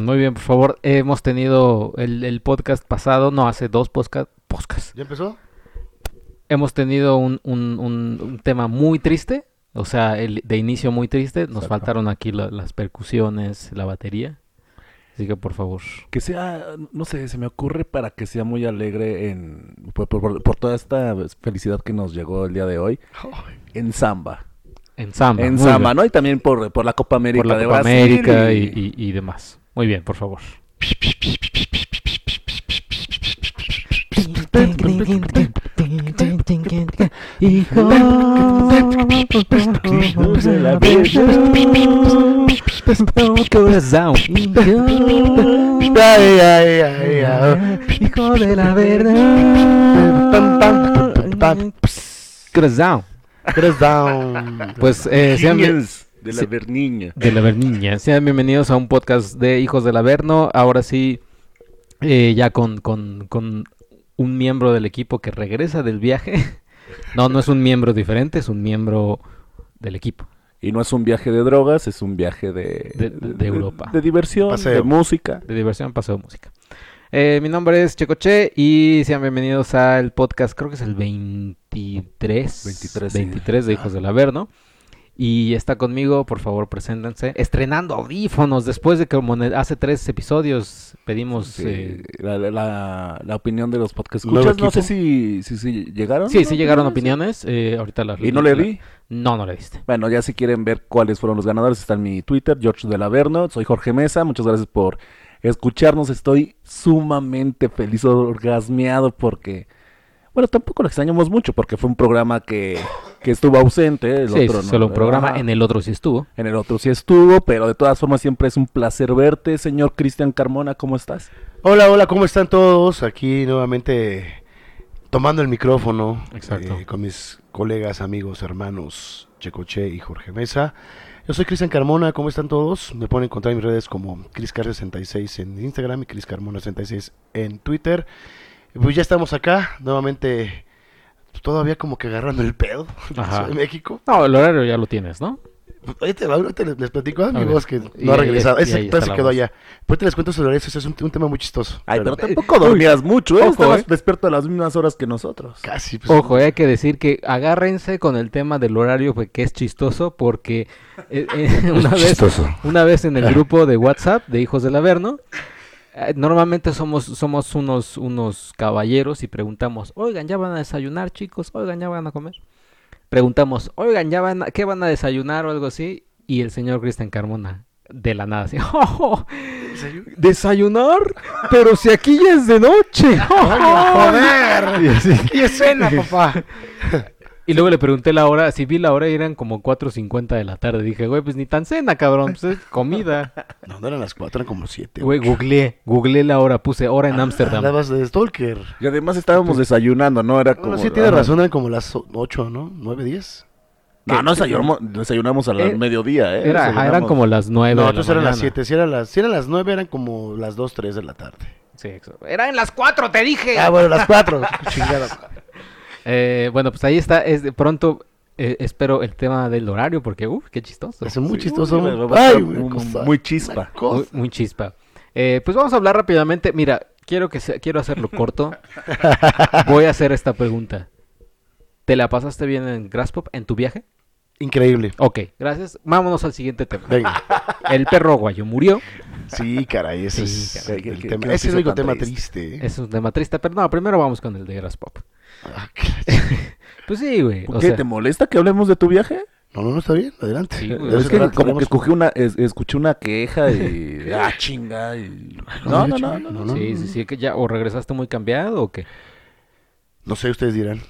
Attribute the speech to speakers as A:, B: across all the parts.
A: Muy bien, por favor. Hemos tenido el, el podcast pasado, no, hace dos podcast, podcasts.
B: ¿Ya empezó?
A: Hemos tenido un, un, un- un tema muy triste, o sea, el, de inicio muy triste. Nos
C: Exacto.
A: faltaron aquí la- las percusiones, la batería. Así que, por favor.
C: Que sea, no sé, se me ocurre para que sea muy alegre en, por, por- por- por toda esta felicidad que nos llegó el día de hoy, en samba.
A: En samba.
C: en
A: muy
C: samba,
A: bien.
C: ¿no? Y también por, por la Copa América
A: Por la
C: de
A: Copa
C: Brasil.
A: América y, y- y demás. Muy bien, por favor.
C: Hijos de la Virgen.
A: Corazón.
B: Ay, ay, ay, ay.
A: Hijo de la verdad. Corazón.
B: Tres down.
A: Pues eh, sean bien-
C: Niñas de la
A: sí.
C: Verniña.
A: de la Verniña. Sean bienvenidos a un podcast de Hijos del Averno. Ahora sí, eh, ya con, con, con un miembro del equipo que regresa del viaje. No, no es un miembro diferente, es un miembro del equipo.
C: Y no es un viaje de drogas, es un viaje de...
A: De- de Europa.
C: De, diversión, de
B: Paseo.
C: música.
A: De diversión, paseo de música. Eh, mi nombre es Checoche y sean bienvenidos al podcast, creo que es el 23.
C: 23, sí.
A: 23 de Hijos del Averno. Y está conmigo, por favor, preséntense. Estrenando audífonos después de que como en- hace tres episodios pedimos...
C: Sí,
A: eh,
C: La, la- la- la opinión de los podcast
B: Nuevo
C: escuchas, no
B: equipo.
C: sé si, si, si llegaron.
A: Sí, sí llegaron opiniones. eh, ahorita las...
C: Y no le
A: la-
C: di.
A: No, no le diste.
C: Bueno, ya si quieren ver cuáles fueron los ganadores, está en mi Twitter, George del Averno. Soy Jorge Mesa, muchas gracias por escucharnos. Estoy sumamente feliz, orgasmeado, porque. Bueno, tampoco lo extrañamos mucho, porque fue un programa que, que estuvo ausente. El
A: Sí,
C: otro no. Ah.
A: solo un programa.
C: Ajá.
A: En el otro sí estuvo.
C: En el otro sí estuvo, pero de todas formas siempre es un placer verte, señor Cristian Carmona. ¿Cómo estás?
B: Hola, hola, ¿cómo están todos? Aquí nuevamente tomando el micrófono
A: Exacto.
B: eh, con mis colegas, amigos, hermanos Checoche y Jorge Mesa. Yo soy Cristian Carmona, ¿cómo están todos? Me pueden encontrar en mis redes como CrisCar66 en Instagram y CrisCarmona66 en Twitter. Y Pues ya estamos acá, nuevamente pues, todavía como que agarrando el pedo de
A: Ajá.
B: Ciudad de México.
A: No, el horario ya lo tienes, ¿no?
C: Pues
B: Ahorita, ahorita les, les platico a
A: A ver.
B: amigos que
A: Y
B: no ha
A: ahí-
B: regresado.
A: y
B: Ese
A: ahí
B: sector
A: está
B: se
A: la
B: quedó
A: voz.
B: allá. Ahorita les cuento sobre eso, ese es un, un tema muy chistoso.
C: Ay,
B: pero-
C: pero tampoco dormías mucho, ¿eh?
A: Ojo,
C: Estabas
A: ¿eh?
C: despierto a las mismas horas que nosotros.
B: Casi. pues,
A: Ojo, eh, hay que decir que agárrense con el tema del horario pues, que es chistoso porque eh, eh, una, vez,
B: chistoso.
A: una vez en el grupo de WhatsApp de Hijos del Averno, eh, normalmente somos, somos unos, unos caballeros y preguntamos, oigan, ¿ya van a desayunar chicos? Oigan, ¿ya van a comer? Preguntamos, oigan, ¿ya van a, qué van a desayunar o algo así? Y el señor Cristian Carmona, de la nada, así, "Ojo, ¿desayunar? Pero si aquí ya es de noche.
B: ¡Joder! ¿Qué escena, papá?
A: Y luego le pregunté la hora, si vi la hora y eran como 4.50 de la tarde. Dije, güey, pues ni tan cena, cabrón, pues es comida.
B: No, no eran las cuatro, eran como siete.
A: Güey, googleé, googleé la hora, puse hora en Ámsterdam.
B: Hablabas de Stalker.
C: Y además estábamos desayunando, ¿no? Era como.
B: Bueno, sí, tienes
C: Ajá.
B: razón, eran como las o- ocho, ¿no? Nueve, diez.
C: No, no desayunamos, desayunamos al
A: Eh,
C: mediodía, ¿eh?
A: Era, ajá,
C: Desayunamos.
A: eran como las 9
B: No,
A: de la
B: entonces eran las
A: mañana.
B: siete. Si eran las, si eran las nueve, eran como las dos, tres de la tarde.
A: Sí, exacto. Era en las 4, te dije.
B: Ah, bueno, las cuatro. Chingada.
A: Eh, bueno, pues ahí está, es de pronto... eh, espero el tema del horario porque, uff, qué chistoso.
B: Es muy
C: Sí,
B: chistoso.
C: uy, va a
B: Ay,
C: estar
B: güey,
C: muy-
B: cosa.
C: muy chispa.
A: Muy,
B: Cosa.
A: muy chispa. Eh, pues vamos a hablar rápidamente. Mira, quiero que sea- quiero hacerlo corto. Voy a hacer esta pregunta. ¿Te la pasaste bien en Graspop en tu viaje?
B: Increíble.
A: Ok, gracias. Vámonos al siguiente tema.
B: Venga.
A: El perro guayo murió.
B: Sí, caray, ese
A: Sí,
B: es
C: caray,
B: el
C: qué-
B: tema.
C: qué
B: Ese es el
C: noticia
B: único
C: tan
B: tema
C: triste.
B: triste. ¿eh?
A: Es un tema triste, pero no, primero vamos con el de Graspop.
B: Ah, qué-
A: Pues sí, güey.
C: ¿Por
A: o
C: qué?
A: sea,
C: ¿Te molesta que hablemos de tu viaje?
B: No, no, no está bien. Adelante.
A: Sí,
B: De
A: güey.
B: eso
A: Pero
C: es
B: se
C: que
B: trata,
C: como que
B: tenemos-
C: escogí una, es- escuché una queja y... ah, chinga. y- No, no, no, no, no.
B: no.
A: Sí, sí, sí, que ya, o regresaste muy cambiado o qué.
B: No sé, ustedes dirán.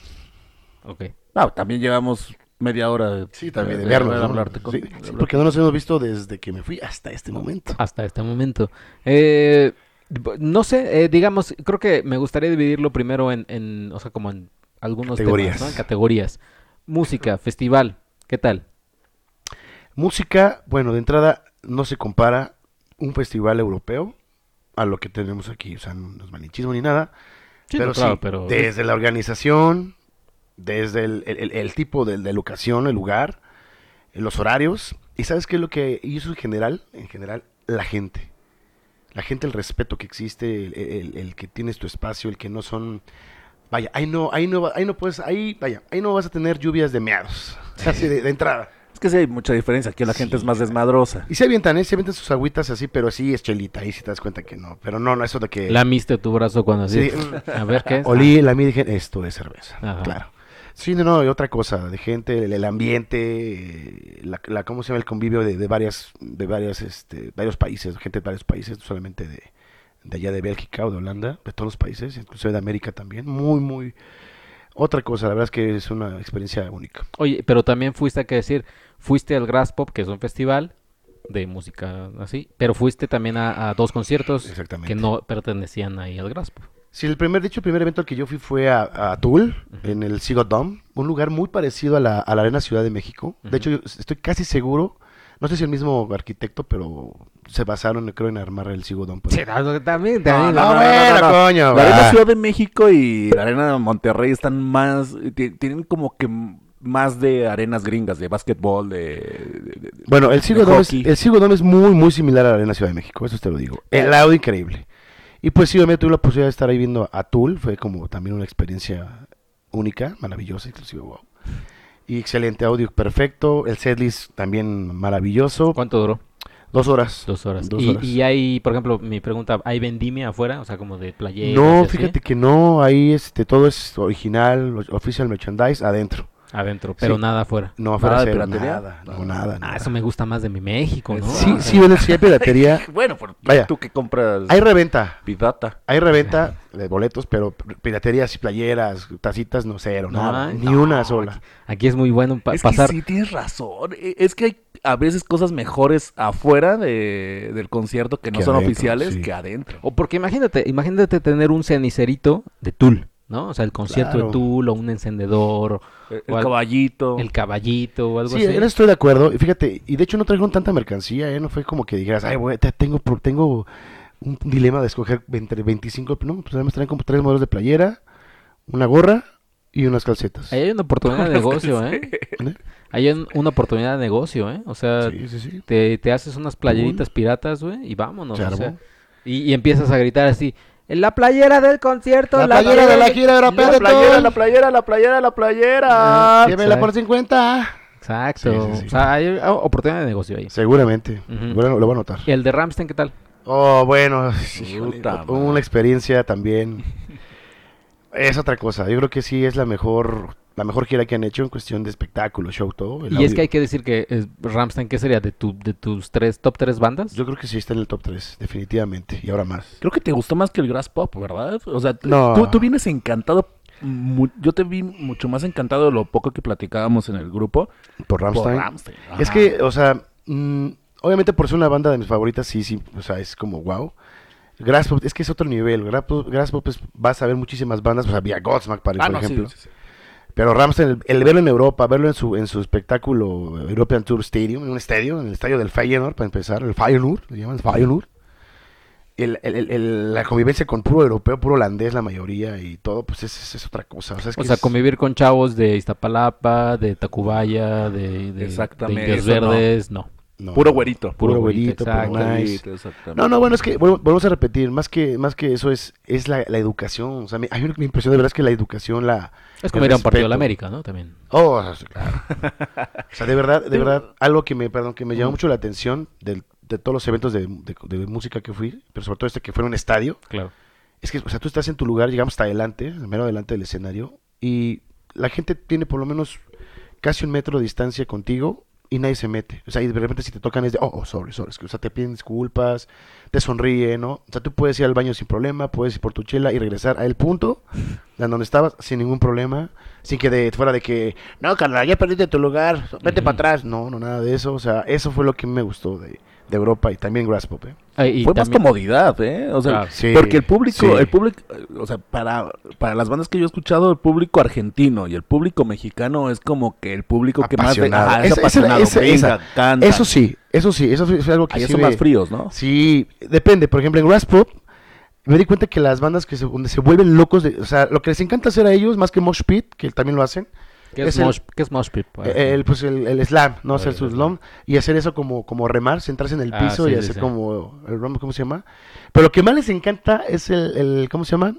A: Ok.
C: No, también llevamos media hora de,
B: Sí, también de,
C: de-
B: vernos.
C: de
B: ¿no?
C: hablarte con-
B: Sí,
C: de
B: sí,
C: hablar.
B: porque no nos hemos visto desde que me fui hasta este momento.
A: Hasta este momento. Eh, b- no sé, eh, digamos, creo que me gustaría dividirlo primero en, en, o sea, como en algunos temas,
B: Categorías.
A: ¿no? En categorías. Música, festival, ¿qué tal?
B: Música, bueno, de entrada no se compara un festival europeo a lo que tenemos aquí. O sea, no es malinchismo ni nada. pero
A: no, claro,
B: sí,
A: pero
B: desde la organización, desde el, el- el- el tipo de, de locación, el lugar, eh, los horarios. ¿Y sabes qué es lo que hizo en general? En general, la gente. La la gente, el respeto que existe, el, el- el que tienes tu espacio, el que no son... Vaya, ahí no, ahí no, va- ahí no puedes, ahí, vaya, ahí no vas a tener lluvias de meados, así de, de entrada.
C: Es que sí hay mucha diferencia. Aquí la gente
B: Sí.
C: es más desmadrosa.
B: Y se avientan, ¿eh? Se avientan sus agüitas así, pero así es chelita, ahí sí te das cuenta que no. Pero no, no, eso de que...
A: Lamiste tu brazo cuando así.
B: Sí, mm.
A: A ver qué es.
B: Olí, la mí dije, esto es cerveza.
A: Ajá.
B: Claro. Sí, no, no, y otra cosa, de gente, el, el ambiente, eh, la, la- ¿cómo se llama? El convivio de, de varias, de varias, este, varios países, gente de varios países, no solamente de, de allá de Bélgica o de Holanda, de todos los países, inclusive de América también. Muy, muy. Otra cosa, la verdad es que es una experiencia única.
A: Oye, pero también fuiste, hay que decir, fuiste al Grass Pop, que es un festival de música así, pero fuiste también a, a dos conciertos
B: Exactamente.
A: Pues, que no pertenecían ahí al Grass Pop.
B: Sí, el primer, de hecho, el primer evento al que yo fui fue a, a Tool, en el Sigo Dome, un lugar muy parecido a la, a la Arena Ciudad de México.
A: Ujú.
B: De hecho, yo estoy casi seguro, no sé si el mismo arquitecto, pero se basaron, creo, en armar el Sigo Dome. para-
A: también,
B: también. No, bueno, coño,
C: La
B: va.
C: arena Ciudad de México y la arena de Monterrey están más, ti- tienen como que m- más de arenas gringas, de básquetbol, de, de- de-
B: Bueno, el Sigo
C: de
B: Dome es,
C: hockey.
B: el Sigo Dome es muy, muy similar a la Arena Ciudad de México, eso te lo digo. El lado increíble. Y pues sí, obviamente tuve la posibilidad de estar ahí viendo a Tool, fue como también una experiencia única, maravillosa, inclusive, wow. Y excelente audio, perfecto. El setlist también maravilloso.
A: ¿Cuánto duró?
B: Dos horas.
A: Dos horas.
B: Dos
A: y,
B: horas.
A: y hay, por ejemplo, mi pregunta, ¿hay vendimia afuera? O sea, como de playera.
B: No, fíjate que no, ahí este todo es original, o- official merchandise adentro.
A: Adentro, pero
B: Sí.
A: nada afuera.
B: No afuera
C: ¿Nada de
B: cero,
C: piratería?
B: Nada, no, nada.
A: Ah,
B: nada.
A: eso me gusta más de mi México, ¿no?
B: Sí,
A: O sea,
B: sí, venden, sí hay piratería.
C: Bueno, pero
B: Vaya.
C: tú que compras
B: Hay reventa,
C: Pidata.
B: hay reventa de boletos, pero piraterías y playeras, tacitas, no cero,
A: No,
B: nada, ni
A: no,
B: una sola.
A: Aquí es muy bueno pa-
C: es
A: pasar.
C: que sí tienes razón. E- Es que hay a veces cosas mejores afuera de, del concierto que no
B: Que
C: son
B: adentro,
C: oficiales
B: sí.
C: que adentro.
A: O porque imagínate, imagínate tener un cenicerito de Tool, ¿no? O sea, el concierto
B: Claro. Oh.
A: de Tool o un encendedor o
C: E-, El,
A: al-
C: caballito.
A: el caballito o algo
B: Sí,
A: así.
B: en eso estoy de acuerdo. Y fíjate, y de hecho no trajeron tanta mercancía, ¿eh? No fue como que dijeras, ay, güey, te- tengo, pro- tengo un dilema de escoger entre 25, no, pues además traen como tres modelos de playera, una gorra y unas calcetas.
A: Ahí hay una oportunidad de negocio, ¿eh?
B: ¿Eh?
A: Ahí hay un- una oportunidad de negocio, ¿eh? O sea,
B: Sí, sí, sí.
A: te, te haces unas playeritas piratas, güey, y vámonos.
B: Se
A: o sea,
B: armó.
A: y, y empiezas a gritar así, la playera del concierto,
B: La playera de la
A: del-
B: gira europea de todo.
C: playera, la playera, la
A: Ah,
B: Llévela por
A: exacto.
B: 50.
A: Exacto.
B: Sí, sí, sí.
A: O sea, hay ah, oportunidad de negocio ahí.
B: Seguramente.
A: Ujú.
B: Bueno, lo voy a anotar.
A: ¿Y el de Ramstein qué tal?
B: Oh, bueno. híjole,
C: Puta
B: o- una
C: madre.
B: experiencia también. es otra cosa. Yo creo que sí es la mejor la mejor gira que han hecho en cuestión de espectáculo, show, todo. el
A: Y es
B: audio.
A: que hay que decir que eh, Ramstein, ¿qué sería? ¿De, tu, de tus tres, top tres bandas?
B: Yo creo que sí está en el top 3, definitivamente. Y ahora más.
C: Creo que te gustó más que el Grass Pop, ¿verdad? O sea, t-
B: No.
C: tú, tú vienes encantado. mu- yo te vi mucho más encantado de lo poco que platicábamos en el grupo.
B: Por
C: por
B: Ramstein.
C: Rammstein.
B: Es
C: Ajá.
B: que, o sea, mm, obviamente por ser una banda de mis favoritas, sí, sí, o sea, es como wow. Grasspop, es que es otro nivel. Grasspop, Grasspop es- vas a ver muchísimas bandas, o sea, vía Godsmack, para,
C: Ah,
B: por
C: no, sí,
B: ejemplo.
C: sí, sí.
B: Pero Ramstein, el, el verlo en Europa, verlo en su, en su espectáculo eh, European Tour Stadium, en un estadio, en el estadio del Feyenoord, para empezar, el Feyenoord, le llaman Feyenoord. El, el- el- el- la convivencia con puro europeo, puro holandés, la mayoría y todo, pues es, es- es otra cosa. O sea, es que
A: O sea,
B: es-
A: convivir con chavos de Iztapalapa, de Tacubaya, de, de, de
C: Exactamente,
A: Indios
C: eso no.
A: Verdes, no.
B: no.
C: Puro güerito.
A: Puro
B: Puro
A: güerito,
B: güerito,
A: exacto.
B: puro nice.
C: Güerito, exactamente.
B: No, no, bueno, es que vol- volvemos a repetir, más que, más que eso es, es la, la educación. O sea, mi, a mí mi impresión de verdad es que la educación, la...
A: Es como
B: el
A: ir a un partido de
B: respeto.
A: la América, ¿no? También.
B: Oh, sí, claro. o sea, de verdad, de verdad, algo que me, perdón, que me llamó mucho la atención del- de todos los eventos de, de- de música que fui, pero sobre todo este que fue en un estadio,
A: Claro.
B: es que, o sea, tú estás en tu lugar, llegamos hasta adelante, mero adelante del escenario, y la gente tiene por lo menos casi un metro de distancia contigo y nadie se mete. O sea, y de repente si te tocan es de, oh, oh, sorry, sorry. es que, O sea, te piden disculpas, te sonríen, ¿no? O sea, tú puedes ir al baño sin problema, puedes ir por tu chela y regresar al punto en donde estabas sin ningún problema, sin que de, fuera de que, no, carnal, ya perdiste tu lugar, vete
A: Ujú.
B: para atrás. No, no, nada de eso. O sea, eso fue lo que me gustó de, de Europa y también Grasspop, ¿eh?
A: Ay, y
C: Fue más
A: también-
C: comodidad, ¿eh? O sea,
A: Claro.
B: Sí,
C: porque el público,
B: sí.
C: el público, eh, o sea, para, para las bandas que yo he escuchado, el público argentino y el público mexicano es como que el público que más ve-
B: Apasionado.
C: Ajá, es
B: Esa- esa-
C: apasionado,
B: esa-
C: venga,
B: esa.
C: canta.
B: Eso sí, eso sí, eso fue fue algo que
C: Ahí
B: sí
C: son
B: me-
C: más fríos, ¿no?
B: Sí, depende. Por ejemplo, en Grass Pop me di cuenta que las bandas que se, donde se vuelven locos, de- o sea, lo que les encanta hacer a ellos, más que Mosh Pit, que también lo hacen,
A: ¿Qué es,
B: es el-
A: mosh, ¿qué es mosh pit? Para-
B: Eh, el, pues el, el slam, no hacer su
A: el
B: slam y hacer eso como, como remar, sentarse en el
A: Ah,
B: piso
A: sí,
B: y
A: sí,
B: hacer
A: sí.
B: como el rom, ¿cómo se llama? Pero lo que más les encanta es el, el ¿cómo se llama?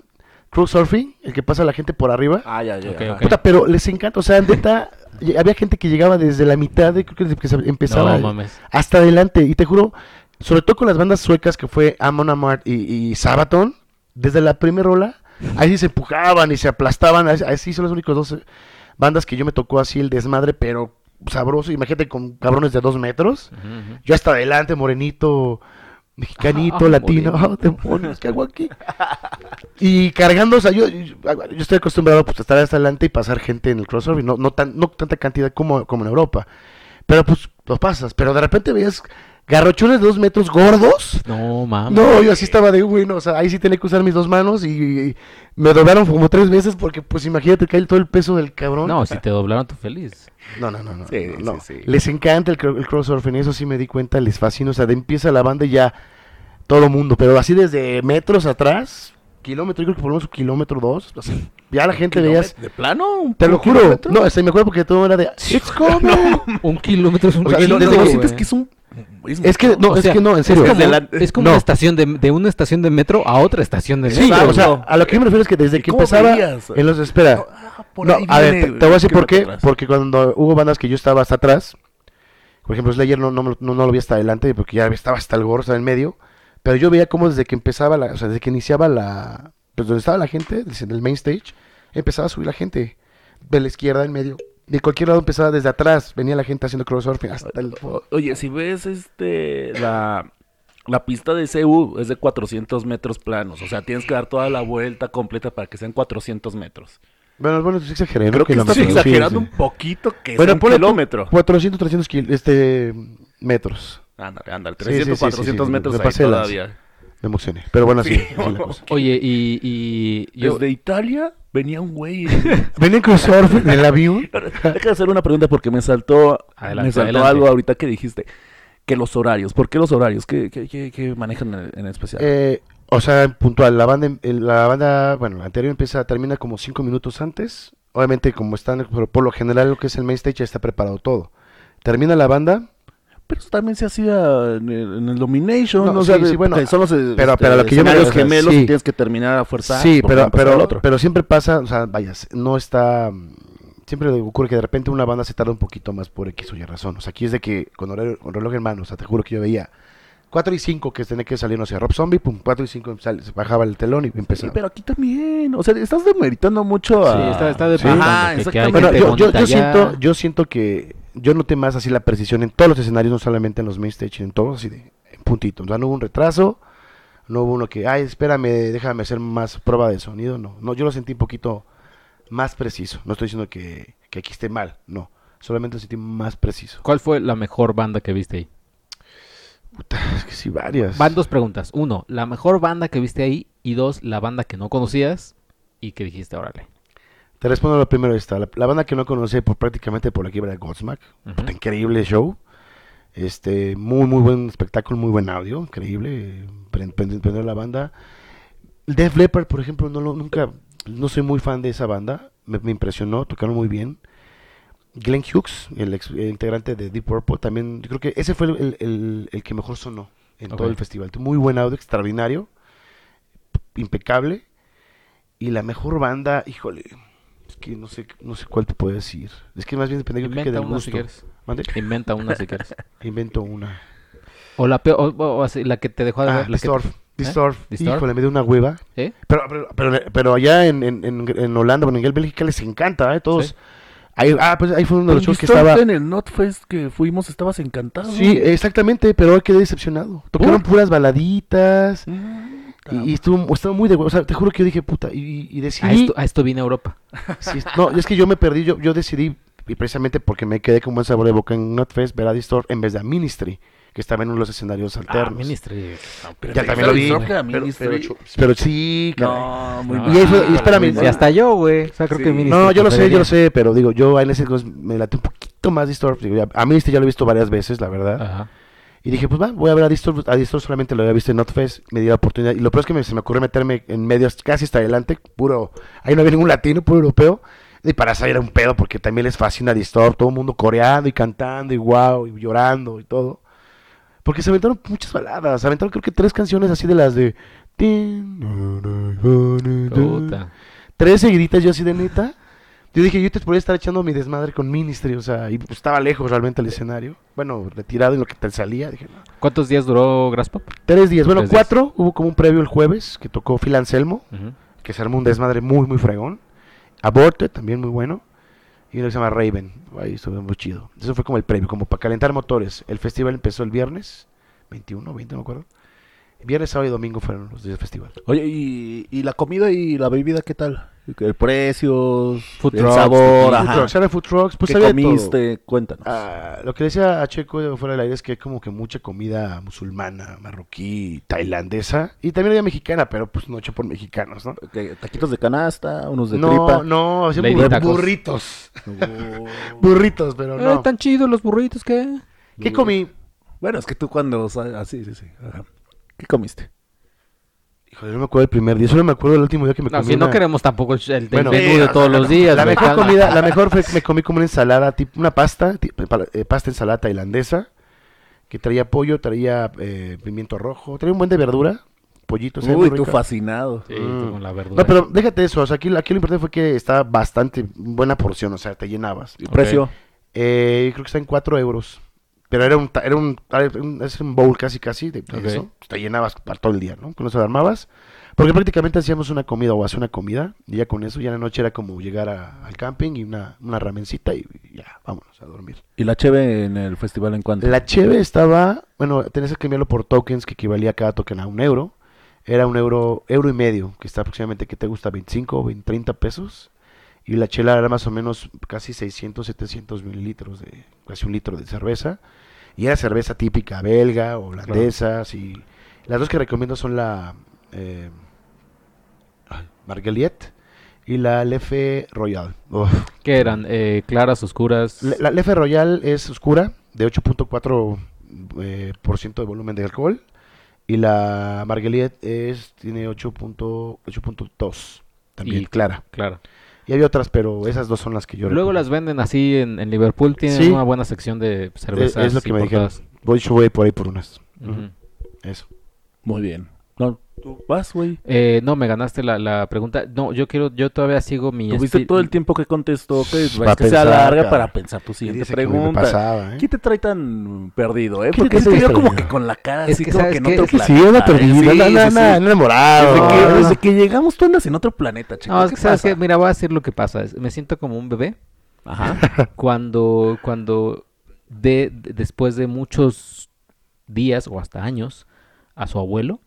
B: Crew surfing, el que pasa la gente por arriba.
C: Ah, ya, ya.
A: Ok,
C: ya.
A: ok.
B: Puta, pero les encanta, o sea, neta, y- había gente que llegaba desde la mitad, de, creo que desde que se empezaba
A: no mames.
B: hasta adelante, y te juro, sobre todo con las bandas suecas que fue Amon Amart y, y Sabaton, desde la primera rola, ahí sí se empujaban y se aplastaban, ahí- ahí sí son las únicas dos eh, bandas que yo me tocó así el desmadre, pero sabroso, imagínate con cabrones de dos metros,
A: Ujú, ujú.
B: yo hasta adelante, morenito, mexicanito,
A: Ah,
B: latino,
A: morenito.
B: ah, demonios, ¿qué hago aquí? Y cargando, o sea, yo, yo estoy acostumbrado pues, a estar hasta adelante y pasar gente en el crossover, no, no, tan, no tanta cantidad como, como en Europa, pero pues los pasas, pero de repente veías garrochones de dos metros gordos.
A: No mames.
B: No, yo así estaba de, güey, no, o sea, ahí sí tenía que usar mis dos manos y, y me doblaron como tres veces porque, pues, imagínate, cae todo el peso del cabrón.
A: No, si te doblaron tú feliz.
B: No, no, no, no.
C: Sí,
B: no, no.
C: sí, sí.
B: Les encanta el, cro- el crossover, en eso sí me di cuenta, les fascina. O sea, de empieza la banda y ya todo mundo, pero así desde metros atrás, kilómetro, yo creo que por lo menos un kilómetro dos, o sea, ya la gente veías.
C: ¿De plano? ¿Un
B: Te lo juro,
C: kilómetro?
B: no, se me acuerdo porque todo era de. "It's coming".
A: Un kilómetro es un
C: O sea,
B: Oye,
C: no,
A: kilómetro,
C: no,
B: güey.
C: sientes que es un... un-
B: Es que, no,
A: O
B: es
A: sea,
B: que no, en
A: Es
B: serio.
A: como,
C: Desde la-
A: es como
B: no.
A: una estación de, de una estación de metro a otra estación de metro.
B: Sí,
C: Claro,
B: o sea,
C: no.
B: a lo que yo me refiero es que desde
C: ¿Y
B: que
C: cómo
B: empezaba
C: veías?
B: en los espera.
C: Ah,
B: no,
C: ahí
B: a ver,
C: viene,
B: te, te voy a decir por qué.
C: kilómetro atrás.
B: Porque cuando hubo bandas que yo estaba hasta atrás, por ejemplo, Slayer no, no, me lo- no, no lo vi hasta adelante porque ya estaba hasta el gorro, estaba en medio. Pero yo veía cómo desde que empezaba, la, o sea, desde que iniciaba la. Pues donde estaba la gente, desde el main stage, empezaba a subir la gente. De la izquierda, en medio. De cualquier lado empezaba desde atrás. Venía la gente haciendo crossover hasta el.
C: O- Oye, si ves este la, la pista de CU es de 400 metros planos, o sea, tienes que dar toda la vuelta completa para que sean 400 metros.
B: Bueno, bueno, sí exageré. ¿no?
C: Creo que estás
B: Kilómetros, sí,
C: exagerando
B: sí.
C: un poquito que
B: Bueno,
C: es un
B: ponle tú
C: kilómetro.
B: 400, 300 kil- este, metros.
C: Ándale, ándale,
B: Sí, sí, sí,
C: 300,
B: sí,
C: 400
B: sí,
C: metros
B: me
C: ahí
B: pasé las-
C: todavía.
B: Me emocioné. Pero bueno, así.
C: Sí.
B: así la cosa.
A: Oye, y, y yo
C: Desde Italia venía un güey. en-
B: Venía con surf en el avión.
C: Deja de hacer una pregunta porque me saltó,
A: Adelante,
C: me saltó
A: adelante.
C: algo ahorita que dijiste. Que los horarios, ¿por qué los horarios? ¿Qué, qué- qué- qué manejan en, en especial?
B: Eh, o sea, puntual. La banda, em- el- la banda, bueno, la anterior empieza, termina como cinco minutos antes. Obviamente, como están, pero por lo general lo que es el main stage ya está preparado todo. Termina la banda,
C: Pero eso también se hacía en el, en el Domination.
B: No,
C: No,
B: sí,
C: sé,
B: sí, bueno,
C: que son los eh,
B: pero- pero lo que yo me-
C: escenarios
B: o sea,
C: gemelos
B: sí.
C: y tienes que terminar a fuerza.
B: sí,
C: porque va
B: pero,
C: a pasar al
B: pero,
C: otro.
B: pero siempre pasa, o sea, vayas, no está... mm, Siempre ocurre que de repente una banda se tarda un poquito más por X o Y razón. O sea, aquí es de que con, horario, con reloj en mano, o sea, te juro que yo veía 4 y 5 que tenía que salir, no sé, Rob Zombie, pum, 4 y 5 sale- se bajaba el telón y
C: Sí,
B: empezaba.
C: pero aquí también. O sea, estás demeritando mucho a...
A: Sí, está- está demeritando
C: Ajá,
A: que- que
C: exactamente.
A: hay
B: Bueno,
A: gente
B: yo, yo-
A: bonita
B: yo
A: ya.
B: siento, yo siento que yo noté más así la precisión en todos los escenarios, no solamente en los main stage, en todos, así de en puntito. O sea, no hubo un retraso, no hubo uno que, ay, espérame, déjame hacer más prueba de sonido. No, no yo lo sentí un poquito más preciso. No estoy diciendo que, que aquí esté mal, no. Solamente lo sentí más preciso.
A: ¿Cuál fue la mejor banda que viste ahí?
B: Puta, es que sí, varias.
A: Van dos preguntas. Uno, la mejor banda que viste ahí. Y dos, la banda que no conocías y que dijiste, órale.
B: Te respondo lo primero esta. La, la banda que no conocí por prácticamente por la quiebra de Godsmack.
A: Ujú.
B: Puta, increíble show. Este, muy, muy buen espectáculo, muy buen audio, increíble. Prend- prend- Prender la banda. Def Leppard, por ejemplo, no lo, nunca, no soy muy fan de esa banda. Me, me impresionó, tocaron muy bien. Glenn Hughes, el ex el integrante de Deep Purple, también, yo creo que ese fue el, el- el- el que mejor sonó en todo
A: Ok.
B: el festival. Muy buen audio, extraordinario, impecable. Y la mejor banda, híjole, es que no sé, no sé cuál te puedo decir. Es que más bien depende, yo creo que
A: Inventa
B: del
A: una si
B: gusto.
A: quieres.
B: ¿Mande?
A: Inventa una si quieres.
B: Invento una.
A: O la peor, o, o así, la que te dejó de
B: Ah,
A: ver. La que
B: Distorf.
A: ¿Eh?
B: Distorf.
A: Distorf.
B: Híjole, me dio una hueva.
A: te- ¿Eh?
B: Pero, pero, pero- pero allá en, en, en, en Holanda, bueno, en Bélgica les encanta, ¿eh? Todos.
A: Sí.
B: Ahí, ah, pues ahí fue uno de los
C: Pero
B: shows que
C: estaba-
B: estaba.
C: en el NotFest que fuimos estabas encantado.
B: Sí, eh, exactamente, pero ahí quedé decepcionado. Tocaron puras baladitas.
C: Mm,
A: Ah,
B: Y, y estuvo, estaba muy de hueva. O sea, te juro que yo dije, puta. Y, y
A: A,
B: decidí.
A: esto, a esto vine a Europa.
B: Sí, es- no, es que yo me perdí, yo, yo decidí, y precisamente porque me quedé con buen sabor de boca en Notfest, ver a Distor en vez de a Ministry, que estaba en uno de los escenarios
A: Ah,
B: alternos.
A: ministry.
C: pero
B: ya
C: te
B: también lo vi.
C: hizo que a mí
B: Pero,
C: hizo-
B: pero chu- pero sí, caray.
C: No, muy
A: No,
C: mal.
B: y eso- y espérame,
A: Sí, hasta yo, güey. O sea, creo
C: Sí.
A: que
C: No,
B: No,
A: ministry.
B: yo lo sé, yo
A: preferiría.
B: lo sé, pero digo, yo en ese entonces me late un poquito más Distor. digo, ya- a Ministry ya lo he visto varias veces, la verdad.
A: Ajá.
B: Y dije, pues va, voy a ver a Distor. A Distor solamente lo había visto en Notfest, me dio la oportunidad. Y lo peor es que me- se me ocurrió meterme en medios casi hasta adelante, puro. Ahí no había ningún latino, puro europeo. Y para salir era un pedo porque también les fascina Disturb, todo el mundo coreando y cantando y wow, y llorando y todo. Porque se aventaron muchas baladas, se aventaron creo que tres canciones así de las de...
A: Puta.
B: Tres seguiditas yo así de neta. Yo dije, yo te podría estar echando mi desmadre con Ministry, o sea, y pues, estaba lejos realmente el escenario. Bueno, retirado en lo que tal salía, dije, no.
A: ¿Cuántos días duró Graspop?
B: Tres días, bueno,
A: Tres días.
B: cuatro, hubo como un previo el jueves que tocó Phil Anselmo, que se armó un desmadre muy, muy fregón. Aborted, también muy bueno. Y uno que se llama Raven, ahí estuvo muy chido. Eso fue como el previo, como para calentar motores. El festival empezó el viernes, 21, 20, no me acuerdo. Viernes, sábado y domingo fueron los días del festival.
C: Oye, ¿y, y la comida y la bebida qué tal? El precios,
A: Food
C: el
A: trucks,
C: sabor,
A: food
C: ajá.
B: Food trucks, era food trucks, pues
C: ¿Qué
B: había de todo.
C: comiste? Cuéntanos.
B: Ah, lo que decía a Checo fuera del aire es que hay como que mucha comida musulmana, marroquí, tailandesa y también había mexicana, pero pues no hecha por mexicanos, ¿no?
C: Ok, Taquitos de canasta, unos de
B: no,
C: tripa.
B: no, hacían
A: Lady
B: burr-
A: tacos.
B: burritos,
C: No.
B: burritos, pero
A: Eh,
B: no.
A: tan chidos los burritos que.
B: ¿Qué comí?
C: Bueno, es que tú cuando... sal- Ah, sí, sí, sí. ajá. ¿Qué comiste?
B: Híjole, no me acuerdo el primer día, solo me acuerdo el último día que me
A: No,
B: comí
A: si no
B: una-
A: queremos tampoco el, el
B: Bueno,
A: menú
B: sí,
A: de
B: no,
A: todos
B: no,
A: los
B: no.
A: días.
B: La
A: güey,
B: mejor
A: calma.
B: comida, la mejor fue que me comí como una ensalada, tipo una pasta, ti- pala- eh, pasta ensalada tailandesa, que traía pollo, traía eh, pimiento rojo, traía un buen de verdura, pollito, sabía
C: Uy,
B: muy
C: tú
B: rica.
C: fascinado.
A: Sí, tú con la verdura.
B: Mm. No, pero déjate eso, o sea, aquí, aquí lo importante fue que estaba bastante buena porción, o sea, te llenabas.
C: ¿Y precio?
B: Eh, creo que está en 4 euros. Pero era un, ta- era un, ta- un- es un bowl casi casi de, de
A: Ok.
B: eso. Te llenabas para todo el día, ¿no? Con eso lo armabas. Porque prácticamente hacíamos una comida o hacía una comida. Y ya con eso, ya en la noche era como llegar a- al camping y una, una ramencita y ya, vámonos a dormir.
C: ¿Y la cheve en el festival en cuánto?
B: La cheve estaba, bueno, tenías que cambiarlo por tokens que equivalía a cada token a un euro. Era un euro, euro y medio, que está aproximadamente, ¿qué te gusta? 25 o 20, 30 pesos. Y la chela era más o menos casi 600, 700 mililitros, de, casi un litro de cerveza. Y era cerveza típica belga, holandesa, sí. Las dos que recomiendo son la eh, ay, Marguerite y la Lefe Royal. Uf.
A: ¿Qué eran? Eh, claras, oscuras.
B: La, la Lefe Royal es oscura, de 8.4% eh, por ciento de volumen de alcohol. Y la Marguerite es, tiene 8.8.2, también
A: Y-
B: clara.
A: Claro.
B: Y había otras, pero esas dos son las que yo
A: Luego
B: recuerdo.
A: las venden así en, en Liverpool. Tienen
B: Sí.
A: una buena sección de cervezas.
B: Es, es lo que me dijeron.
A: importadas.
B: Voy, yo voy por ahí por unas.
A: Ujú.
B: Eso.
C: Muy bien. No, tú vas, güey.
A: Eh, no, me ganaste la, la pregunta. No, yo quiero, yo todavía sigo mi.
C: Tuviste
A: espi-
C: todo el tiempo que contestó, que es
B: este, Va a
C: que se
B: pensar,
C: alarga
B: cabrón.
C: para pensar tu
B: Y
C: siguiente
B: dice que a mí me
C: pregunta.
B: pasaba, ¿eh?
C: ¿Quién te trae tan perdido, eh?
B: ¿Quién
C: Porque
B: te
C: se
B: trae
C: te veo
B: tan
C: como que
B: perdido?
C: con la cara
A: Es
C: así
A: que
C: como
A: sabes
C: que en
A: que-
C: otro
A: es que
C: planeta.
B: Sí, era perdido.
C: Sí,
B: No,
C: sí,
B: no,
C: sí.
B: no, enamorado.
C: Desde,
B: No,
C: que,
B: no,
C: desde
B: no.
C: que llegamos tú andas en otro planeta, chico.
A: Ah. No, es
C: ¿Qué
A: que sabes
C: pasa?
A: que, mira, voy a decir lo que pasa. Es- Me siento como un bebé
C: Ajá.
A: cuando, cuando de, de- después de muchos días o hasta años a su abuelo,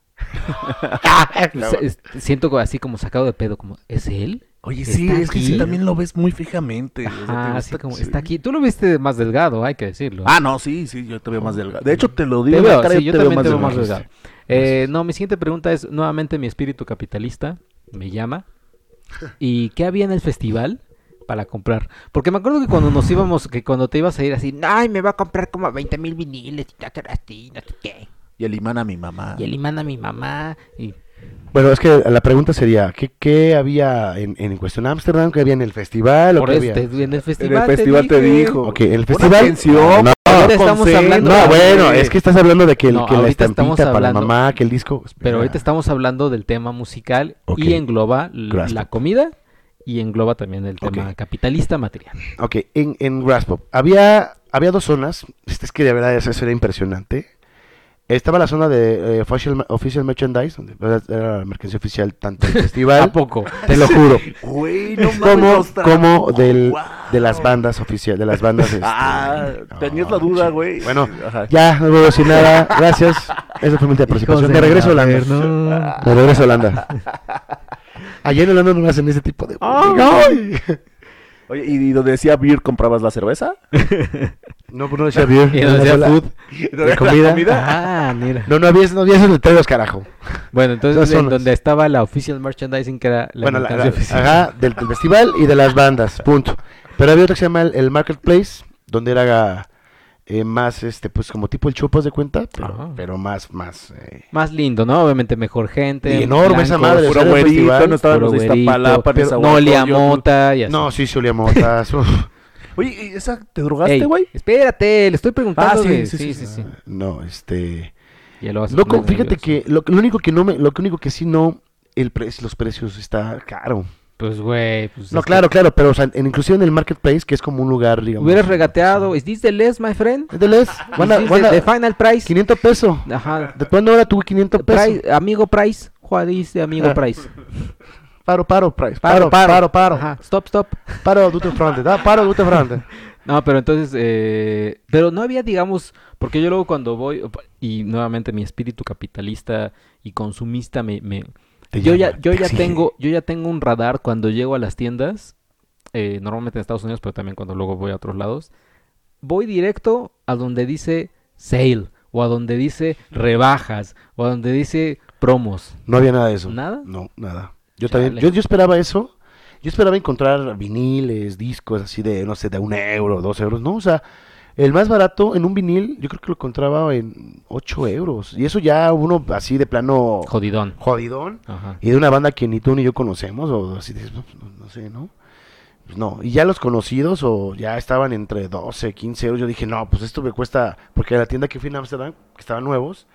A: se- es- siento co- así como sacado de pedo, como, ¿es él?
C: Oye, sí,
A: ¿Está
C: es que
A: aquí?
C: sí también lo ves muy fijamente. o sea, te
A: Ajá, así
C: gusta-
A: como,
C: sí.
A: está aquí. Tú lo viste más delgado, hay que decirlo.
C: Ah, no, sí, sí, yo te veo más delgado. De hecho, te lo digo.
A: Te
C: en la
A: veo,
C: cara,
A: sí, yo también te veo más
C: delgado.
A: delgado. Eh, no, mi siguiente pregunta es, nuevamente mi espíritu capitalista me llama. ¿Y qué había en el festival para comprar? Porque me acuerdo que cuando nos íbamos, que cuando te ibas a ir así, ay, me va a comprar como 20 mil viniles y tal, tal, así, no sé qué.
C: Y el imán a mi mamá.
A: Y el imán a mi mamá. Y...
B: Bueno, es que la pregunta sería, ¿qué, qué había en, en cuestión Ámsterdam? ¿Qué había en el festival? ¿O
A: Por
B: qué
A: este,
B: había?
A: en el festival,
C: En el festival te
A: dije.
C: dijo.
B: Ok, en el
C: Pon
B: festival.
C: atención,
B: No,
A: Ahorita
C: no,
A: estamos
C: consente.
A: hablando
B: No,
A: de-
B: bueno, es que estás hablando de que, el-
A: No,
B: que la
A: ahorita estamos
B: estampita para la
A: hablando-
B: mamá, que el disco.
A: Pero ahorita
B: Espera.
A: estamos hablando del tema musical
B: Ah. Ok.
A: y engloba l-
B: Gracias.
A: la comida y engloba también el tema
B: Ok.
A: capitalista material.
B: Ok, en, en Graspop. Había, había dos zonas. Este, Es que de verdad eso, eso era impresionante. Estaba la zona de eh, official, official merchandise, donde era la mercancía oficial tanto del festival.
A: ¿A poco?
B: Te lo juro.
C: Güey, no mames,
B: como
C: Costa.
B: como del,
C: Guau.
B: de las bandas oficiales, de las bandas. este,
C: Ah, tenías la duda, güey.
B: Bueno,
C: Ajá.
B: Ya, no puedo decir nada. Gracias. Esa fue mi participación.
A: Hijos
B: De regreso a
A: la
B: Holanda.
A: verno.
B: De regreso a Holanda. Allá en Holanda no hacen ese tipo de. ¡Ay!
C: Oye, ¿y donde decía beer comprabas la cerveza?
B: No, pues no decía beer.
A: Y no decía
B: la-
A: food.
C: ¿No era
B: De comida.
A: Ah, mira.
B: No, no había, no había esos letreros, carajo.
A: Bueno, entonces
B: Esas
A: en
B: zonas.
A: donde estaba la official merchandising que era la
B: bueno, la,
A: mercancía
B: la-
A: oficial.
B: ajá, del, del festival y de las bandas, punto. Pero había otro que se llama el, el Marketplace, donde era eh, más, este, pues como tipo el chupas de cuenta,
A: Ajá.
B: pero, pero más, más. eh,
A: Más lindo, ¿no? Obviamente mejor gente.
B: Y enorme esa
A: blancos,
B: madre,
A: puro
C: Puro
B: era el
C: güerito,
B: festival,
C: no estaban los de
A: güerito,
C: Iztapalapa, ni
A: pero
C: Zahualcoyotl.
A: no olía a mota y así.
B: No, sí, se olía a motas, uf.
C: Oye, ¿y ¿esa te
A: Ey,
C: drogaste, güey?
A: Espérate, le estoy preguntando.
C: Ah, sí,
A: güey.
C: sí, sí, sí.
B: No, este.
A: Ya lo vas a
B: Loco,
A: poner
B: fíjate
A: nervioso.
B: que lo, lo único que no me, lo único que sí no, el pre- los precios está caro.
A: Pues, güey. pues,
B: No,
A: es que
B: claro, claro, pero o sea, en- inclusive en el marketplace, que es como un lugar, digamos.
A: Hubieras regateado. ¿Is this the less, my friend?
B: Entonces, van a-
A: ¿Is this
B: van a-
A: the, the final price?
B: 500 pesos.
A: Ajá.
B: ¿De cuándo ahora tuve 500 pesos?
A: Price, amigo Price. What is the amigo
B: Ah.
A: Price?
B: Paro, paro, price. Paro, paro, paro. Paro,
A: Ajá. Stop, stop.
B: paro Dute Frante. da, Paro, Dute Frante.
A: No, pero entonces, eh, pero no había, digamos, porque yo luego cuando voy, y nuevamente mi espíritu capitalista y consumista me, me- yo ya, yo ya tengo, yo ya tengo un radar cuando llego a las tiendas, eh, normalmente en Estados Unidos, pero también cuando luego voy a otros lados, voy directo a donde dice sale, o a donde dice rebajas, o a donde dice promos.
B: No había nada de eso.
A: ¿Nada?
B: No, nada. Yo
A: Chale.
B: también, yo, yo esperaba eso. Yo esperaba encontrar viniles, discos así de, no sé, de un euro, dos euros. No, o sea, el más barato en un vinil, yo creo que lo encontraba en ocho euros. Y eso ya uno así de plano
A: Jodidón.
B: jodidón.
A: Ajá.
B: Y de una banda que ni tú ni yo conocemos, o así dices, no, no- no sé, ¿no? Pues no, y ya los conocidos, o ya estaban entre 12, 15 euros, yo dije, no, pues esto me cuesta, porque la tienda que fui en Amsterdam, que estaban nuevos,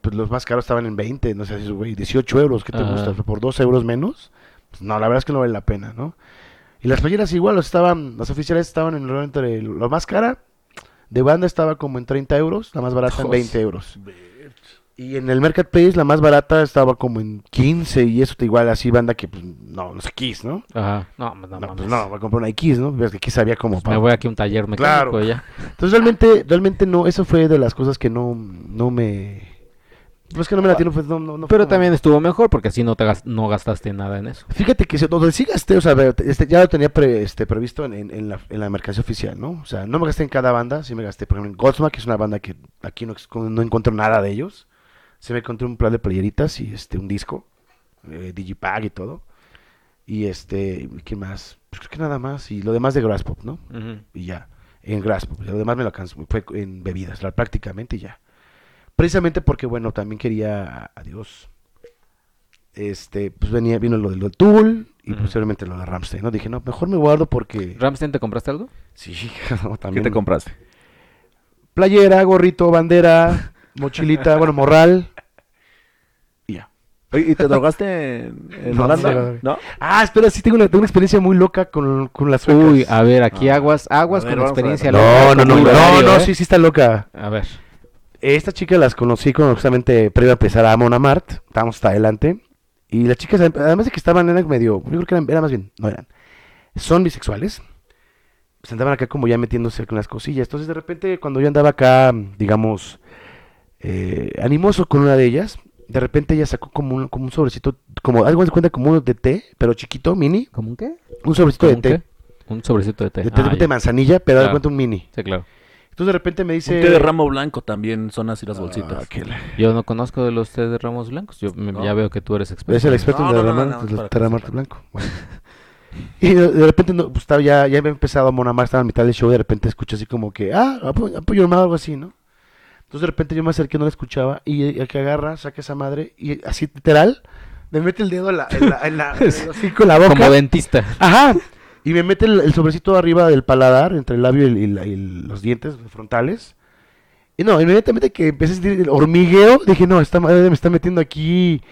B: pues los más caros estaban en 20, no sé, dices, güey, 18 euros, ¿qué te
A: Ajá.
B: gusta? ¿Por 2 euros menos? Pues no, la verdad es que no vale la pena, ¿no? Y las playeras igual, los estaban, las oficiales estaban en lo entre lo más cara, de banda estaba como en 30 euros, la más barata en
A: Jos.
B: 20 euros. Y en el Marketplace la más barata estaba como en 15 y eso te igual así banda que pues, no, los Kiss, ¿no?
A: Ajá. No, no,
B: No, pues
A: mames.
B: no, voy a comprar una X, ¿no? Ves que Kiss había como
A: Pues me
B: para...
A: voy aquí a un taller mecánico
B: Claro.
A: ya.
B: Entonces realmente realmente no, eso fue de las cosas que no no me pues que no me la tiene, no, no, no fue
A: Pero
B: como-
A: también estuvo mejor porque así no te gas- no gastaste nada en eso.
B: Fíjate que sí, donde sí gasté, o sea, ve, este, ya lo tenía pre- este, previsto en, en- en la, en la mercancía oficial, ¿no? O sea, no me gasté en cada banda, sí me gasté, por ejemplo, en Godsmack, que es una banda que aquí no, ex- no encuentro nada de ellos. Se me encontré un plan de playeritas y este, un disco, eh, Digipack y todo. Y este, ¿qué más? Pues creo que nada más, y lo demás de Grass Pop, ¿no? y ya. En Grasp, lo demás me lo alcanzó, fue en bebidas, la- prácticamente y ya. Precisamente porque, bueno, también quería, adiós, este, pues venía, vino lo del Tool y
A: Ujú.
B: posiblemente lo de Ramstein, ¿no? Dije, no, mejor me guardo porque...
A: ¿Ramstein te compraste algo?
B: Sí, no,
C: ¿Qué
B: también.
C: te compraste?
B: Playera, gorrito, bandera, mochilita, bueno, morral. Y ya.
C: Oye, ¿Y te drogaste en, en
B: No,
C: Holanda?
B: no.
C: ¿No?
B: Ah, espera, sí tengo una, tengo una experiencia muy loca con, con las suecas.
A: Uy, a ver, aquí
C: Ah.
A: aguas, aguas
C: A ver,
A: con
C: vamos a ver.
A: experiencia.
B: no, no, no, no, no,
A: Horario, ¿eh?
B: sí, sí está loca.
A: A ver.
B: Esta chica las conocí cuando justamente previo a empezar a Amon Amart. Estábamos hasta adelante. Y las chicas, además de que estaban, eran medio. Yo creo que eran, era más bien, no eran. Son bisexuales. Se andaban acá como ya metiéndose con las cosillas. Entonces, de repente, cuando yo andaba acá, digamos, eh, animoso con una de ellas, de repente ella sacó como un, como un sobrecito, como algo de cuenta, como uno de té, pero chiquito, mini.
A: ¿Cómo un qué?
B: Un sobrecito
A: ¿Cómo
B: de
A: un
B: té.
A: qué? Un sobrecito de té.
B: Este, De, té
A: Ah,
B: de
A: ya.
B: manzanilla, pero haz de
A: Claro.
B: cuenta un mini.
A: Sí, claro.
B: Entonces, de repente me dice.
C: Un té de ramo blanco también son así las
B: Ah,
C: bolsitas.
B: que la-
A: Yo no conozco de los té de ramos blancos. Yo me-
C: No.
A: ya veo que tú eres experto.
B: Es el experto
C: No,
B: en
C: no, no,
B: derramar-
C: no, no,
B: de-
C: para que
B: derramarte
C: sepa.
B: blanco. Bueno. Y de, de repente, no, pues, estaba ya, ya había empezado a Monamar, estaba a mitad del show, y de repente escucho así como que, ah, apo- apoyo armado, algo así, ¿no? Entonces de repente yo me acerqué, no la escuchaba, y el que agarra, saca esa madre, y así literal, me mete el dedo en la, en la, en la, en el hocico, en la boca.
A: Como dentista.
B: Ajá. Y me mete el, el sobrecito arriba del paladar, entre el labio y, el- y la- y el- los dientes frontales. Y no, inmediatamente que empecé a sentir el hormigueo, dije, no, esta madre me está metiendo aquí.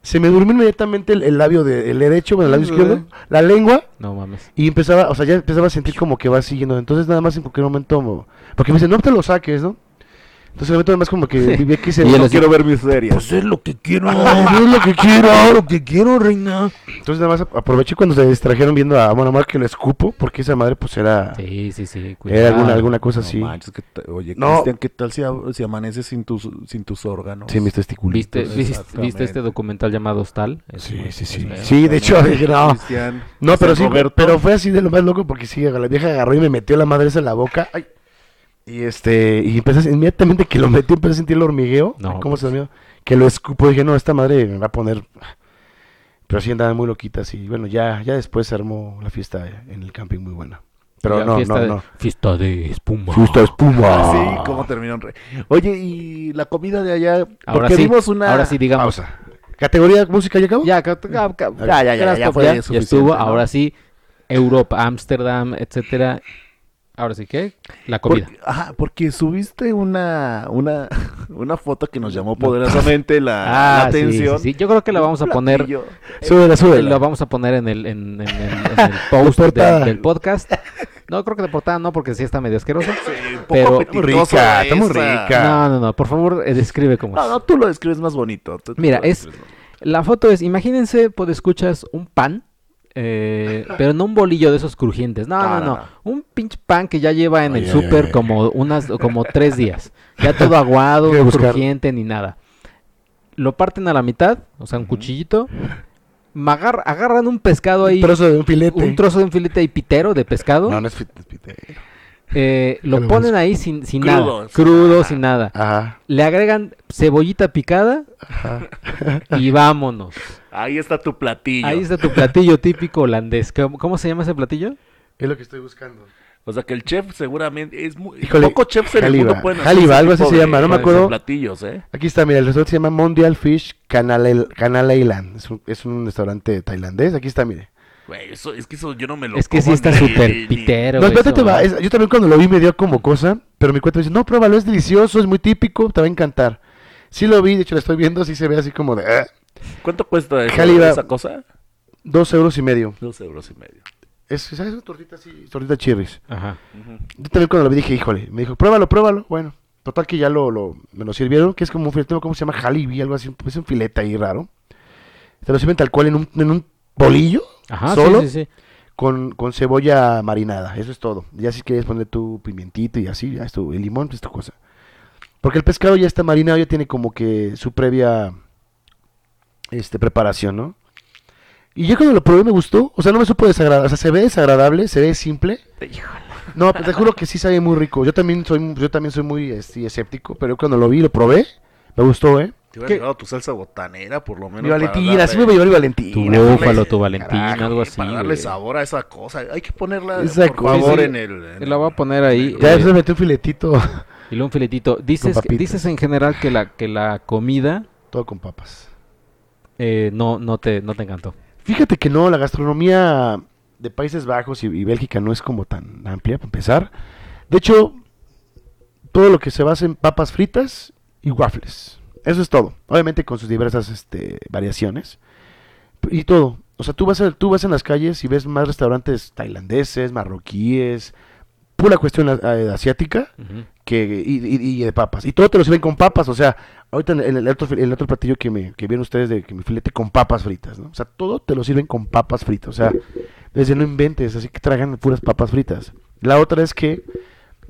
B: Se me durmió inmediatamente el, el labio de- el derecho, bueno, el labio izquierdo, la lengua.
A: No mames.
B: Y empezaba, o sea, ya empezaba a sentir como que va siguiendo. Entonces nada más en cualquier momento, mo- porque me dice, no te lo saques, ¿no? Entonces en el momento nada más como que viví aquí se...
A: Y el
B: no,
A: hocico.
C: Quiero ver mis series. Pues es lo que quiero.
B: es lo que quiero, ahora
C: lo que quiero, reina.
B: Entonces nada más ap- aproveché cuando se distrajeron viendo a Monamar que le escupo, porque esa madre pues era...
A: Sí, sí, sí.
B: Era alguna,
A: cuidado.
B: alguna cosa
C: No
B: Pues así.
C: manches, ¿qué tal- oye,
B: No.
C: Cristian, ¿qué tal si, a- si amaneces sin tus, sin tus órganos?
B: Sí, mis testículos.
A: ¿Viste, viste,
C: Exactamente.
A: viste este documental llamado Stal? Es
B: Sí,
A: muy- pues,
B: sí, sí.
A: muy feo.
B: Sí, de hecho, dije, no.
C: ¿Eh? Cristian.
B: No, pero
C: Cristian
B: sí,
C: Roberto.
B: pero fue así de lo más loco porque sí, la vieja agarró y me metió la madre esa en la boca. Ay. Y este, y empecé a- inmediatamente que lo metió, empecé a sentir el hormigueo.
A: No, pues.
B: ¿Cómo se durmió? Que lo escupo, dije, no, esta madre me va a poner. Pero sí andaban muy loquitas y bueno, ya, ya después se armó la fiesta en el camping muy buena. Pero
A: La
B: no,
A: fiesta
B: no,
A: de-
B: no.
A: Fiesta de espuma.
B: Fiesta espuma.
C: Así como terminaron. re- Oye, y la comida de allá.
A: Ahora
C: porque
A: sí,
C: vimos una.
A: ahora sí, digamos.
B: Pausa. ¿Categoría música ya acabó?
A: Ya, ca- ca- ca-
C: Ya, ya, ya, ya,
A: Uh, Gracias,
C: fue
A: ya, ya
C: suficiente,
A: estuvo,
C: ¿no?
A: ahora sí, Europa, Ámsterdam, etcétera. Ahora sí, ¿qué? La comida.
C: Porque, ajá, porque subiste una, una, una foto que nos llamó poderosamente la, la
A: Ah, sí,
C: atención.
A: sí, sí. Yo creo que la vamos a poner,
C: Platillo.
B: Súbela, súbela.
A: la vamos a poner en el, en, en- en- en el post de-
B: portada.
A: del podcast. No, creo que de portada no, porque sí está medio asqueroso.
C: Sí, eh, un poco
A: Pero-
B: Está muy
C: apetitosa
B: rica, está muy
C: esa.
B: rica.
A: No, no, no, por favor, eh, describe cómo
C: No,
A: es.
C: no, tú lo describes más bonito. tú- tú
A: Mira,
C: lo
A: es-
C: describes más bonito.
A: La foto es, imagínense, pues escuchas un pan, eh, pero no un bolillo de esos crujientes. No,
C: No,
A: no,
C: no,
A: no.
C: no.
A: Un pinche pan que ya lleva en el
B: Oye,
A: súper
B: oye,
A: como unas, como tres días. Ya todo aguado,
B: Voy a
A: no
B: buscar.
A: crujiente ni nada. Lo parten a la mitad, o sea, un cuchillito. Magar- agarran un pescado ahí,
B: Un trozo de un filete.
A: un trozo de un filete ahí pitero de pescado.
B: No, no es fit- filete.
A: eh,
B: Lo
A: lo ponen ahí sin, sin
C: Crudo,
A: nada,
C: sí.
A: crudo, sin nada.
B: Ajá,
A: Le agregan cebollita picada
B: ajá.
A: y vámonos.
C: Ahí está tu platillo.
A: Ahí está tu platillo típico holandés. ¿Cómo, cómo se llama ese platillo?
B: Es lo que estoy buscando.
C: O sea que el chef seguramente es muy
B: Híjole,
C: pocos chefs en el
B: Jaliba,
C: mundo pueden hacer
B: Jaliba,
C: ese
B: algo así
C: tipo
B: se
C: de-
B: llama, no me
C: de
B: acuerdo.
C: platillos, ¿eh?
B: Aquí está, mira, el restaurante se llama Mondial Fish Canal, Canal Island. Es un, es un restaurante tailandés. Aquí está, mire.
C: Güey, eso, es que eso yo no me lo
A: Es que sí
C: como
A: está
C: ni-
A: súper
C: ni-
A: pitero.
B: no,
A: eso,
B: espérate, te va.
A: ¿no?
B: Es- yo también cuando lo vi me dio como cosa, pero mi cuenta me dice, no, pruébalo, es delicioso, es muy típico, te va a encantar. Sí lo vi, de hecho lo estoy viendo, sí se ve así como de "Ah".
C: ¿Cuánto cuesta eso-
B: Jaliba.
C: esa cosa?
B: dos euros y medio.
C: Dos euros y medio.
B: Es, ¿sabes? Una tortita así, tortita chirris.
A: Ajá.
B: Yo también cuando lo vi dije, híjole, me dijo, pruébalo, pruébalo. Bueno, total que ya lo, lo- me lo sirvieron, que es como un filete, ¿cómo se llama? Jalibi, algo así, es un filete ahí raro. Te lo sirven tal cual en un, en un bolillo,
A: Ajá,
B: solo,
A: sí, sí, sí.
B: Con, con cebolla marinada, eso es todo. Ya si quieres poner tu pimientito y así, ya es tu, el limón, pues tu cosa. Porque el pescado ya está marinado, ya tiene como que su previa este, preparación, ¿no? Y yo cuando lo probé me gustó, o sea, no me supo desagradable, o sea, se ve desagradable, se ve simple, no, pero te juro que sí sabe muy rico. Yo también soy, yo también soy muy este, escéptico, pero cuando lo vi, lo probé, me gustó, ¿eh.
C: Te hubiera
B: ¿Qué?
C: llevado tu salsa botanera, por lo menos.
B: Mi
C: para
B: Valentina,
C: darle-
B: sí me voy a llevar mi
A: Tu
B: Valentina.
C: no
A: búfalo,
C: me-
A: tu Valentín,
C: Carajo,
A: algo así.
C: Para darle
A: güey.
C: sabor a esa cosa. Hay que ponerla,
B: Esa
C: por
B: cosa.
C: favor,
B: Sí, sí.
C: en el... en
A: La voy a poner ahí.
B: Ya
A: eh,
B: se metió un filetito,
A: y luego un filetito. Dices,
B: papitas.
A: dices en general que la, que la comida
B: todo con papas.
A: eh, no, no, te, no te encantó.
B: Fíjate que no, la gastronomía de Países Bajos y, y Bélgica no es como tan amplia, para empezar. De hecho, todo lo que se basa en papas fritas y waffles. Eso es todo. Obviamente con sus diversas este, variaciones. Y todo. O sea, tú vas, a- tú vas en las calles y ves más restaurantes tailandeses, marroquíes, pura cuestión eh, asiática
A: Ujú.
B: que y, y- y de papas. Y todo te lo sirven con papas. O sea, ahorita en el, el otro, el otro platillo que, me, que vieron ustedes de que mi filete con papas fritas, ¿no? O sea, todo te lo sirven con papas fritas. O sea, desde no inventes, así que tragan puras papas fritas. La otra es que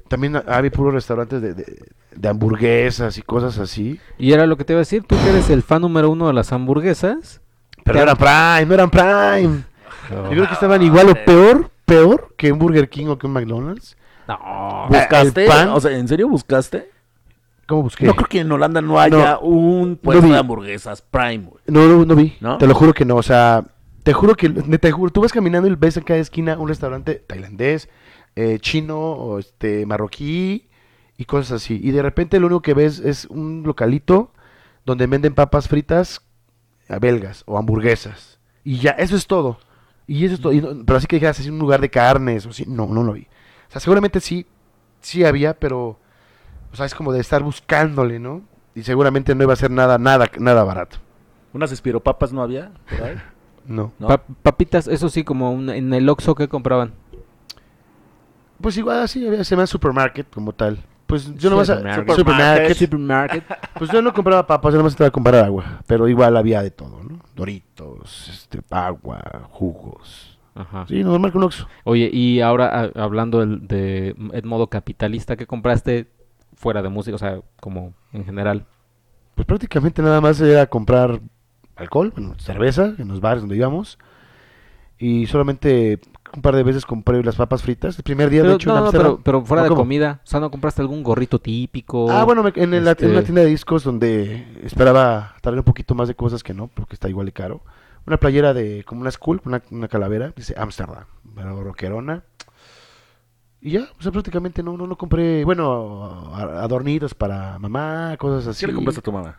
B: también ha- había puros restaurantes de, de- de hamburguesas y cosas así.
A: Y era lo que te iba a decir. Tú que eres el fan número uno de las hamburguesas.
B: Pero no eran Prime, no eran Prime. Yo creo que estaban igual o peor, peor que un Burger King o que un McDonald's.
A: No.
C: ¿Buscaste?
B: El pan.
C: O sea, ¿en serio buscaste?
B: ¿Cómo busqué?
C: No creo que en Holanda no haya un puesto
B: No vi.
C: de hamburguesas Prime, güey.
B: No, no, no vi.
C: ¿No?
B: Te lo juro que no. O sea, te juro que, neta, te juro, tú vas caminando y ves en cada esquina un restaurante tailandés, eh, chino, o este, marroquí y cosas así. Y de repente lo único que ves es un localito donde venden papas fritas eh, belgas o hamburguesas. Y ya, eso es todo. Y eso es todo. Y no- pero así que dijeras, es un lugar de carnes o así. No, no lo vi. O sea, seguramente sí, sí había, pero, o sea, es como de estar buscándole, ¿no? Y seguramente no iba a ser nada, nada, nada barato.
C: ¿Unas espiropapas no había? por ahí?
B: No.
C: ¿No?
A: Pa- papitas, eso sí, como un- en el Oxxo que compraban.
B: Pues igual así había- se llama supermarket como tal. Pues yo
A: no
B: nomás
A: Supermarket.
B: supermarket. supermarket.
A: Supermarket.
B: Pues yo no compraba papas, yo nomás estaba a comprar agua, pero igual había de todo, ¿no? Doritos, este agua, jugos.
A: Ajá.
B: Sí, normal con Oxxo.
A: Oye, y ahora a- hablando del- de, en modo capitalista, ¿qué compraste fuera de música? O sea, como en general.
B: Pues prácticamente nada más era comprar alcohol, bueno, cerveza en los bares donde íbamos. Y solamente un par de veces compré las papas fritas. El primer día,
A: Pero,
B: de hecho,
A: no,
B: en
A: no,
B: Amsterdam-
A: pero, pero fuera
B: ¿No?
A: de
B: ¿Cómo?
A: comida. O sea, ¿no compraste algún gorrito típico?
B: Ah, bueno, me- en, el- en una
A: Este-
B: tienda de discos donde esperaba traer un poquito más de cosas que no, porque está igual de caro. Una playera de como una school, una, una calavera, dice Amsterdam, pero rockerona. Y ya, o sea, prácticamente no, no, no compré, bueno, a- adornitos para mamá, cosas así.
C: ¿Qué le compraste a tu mamá?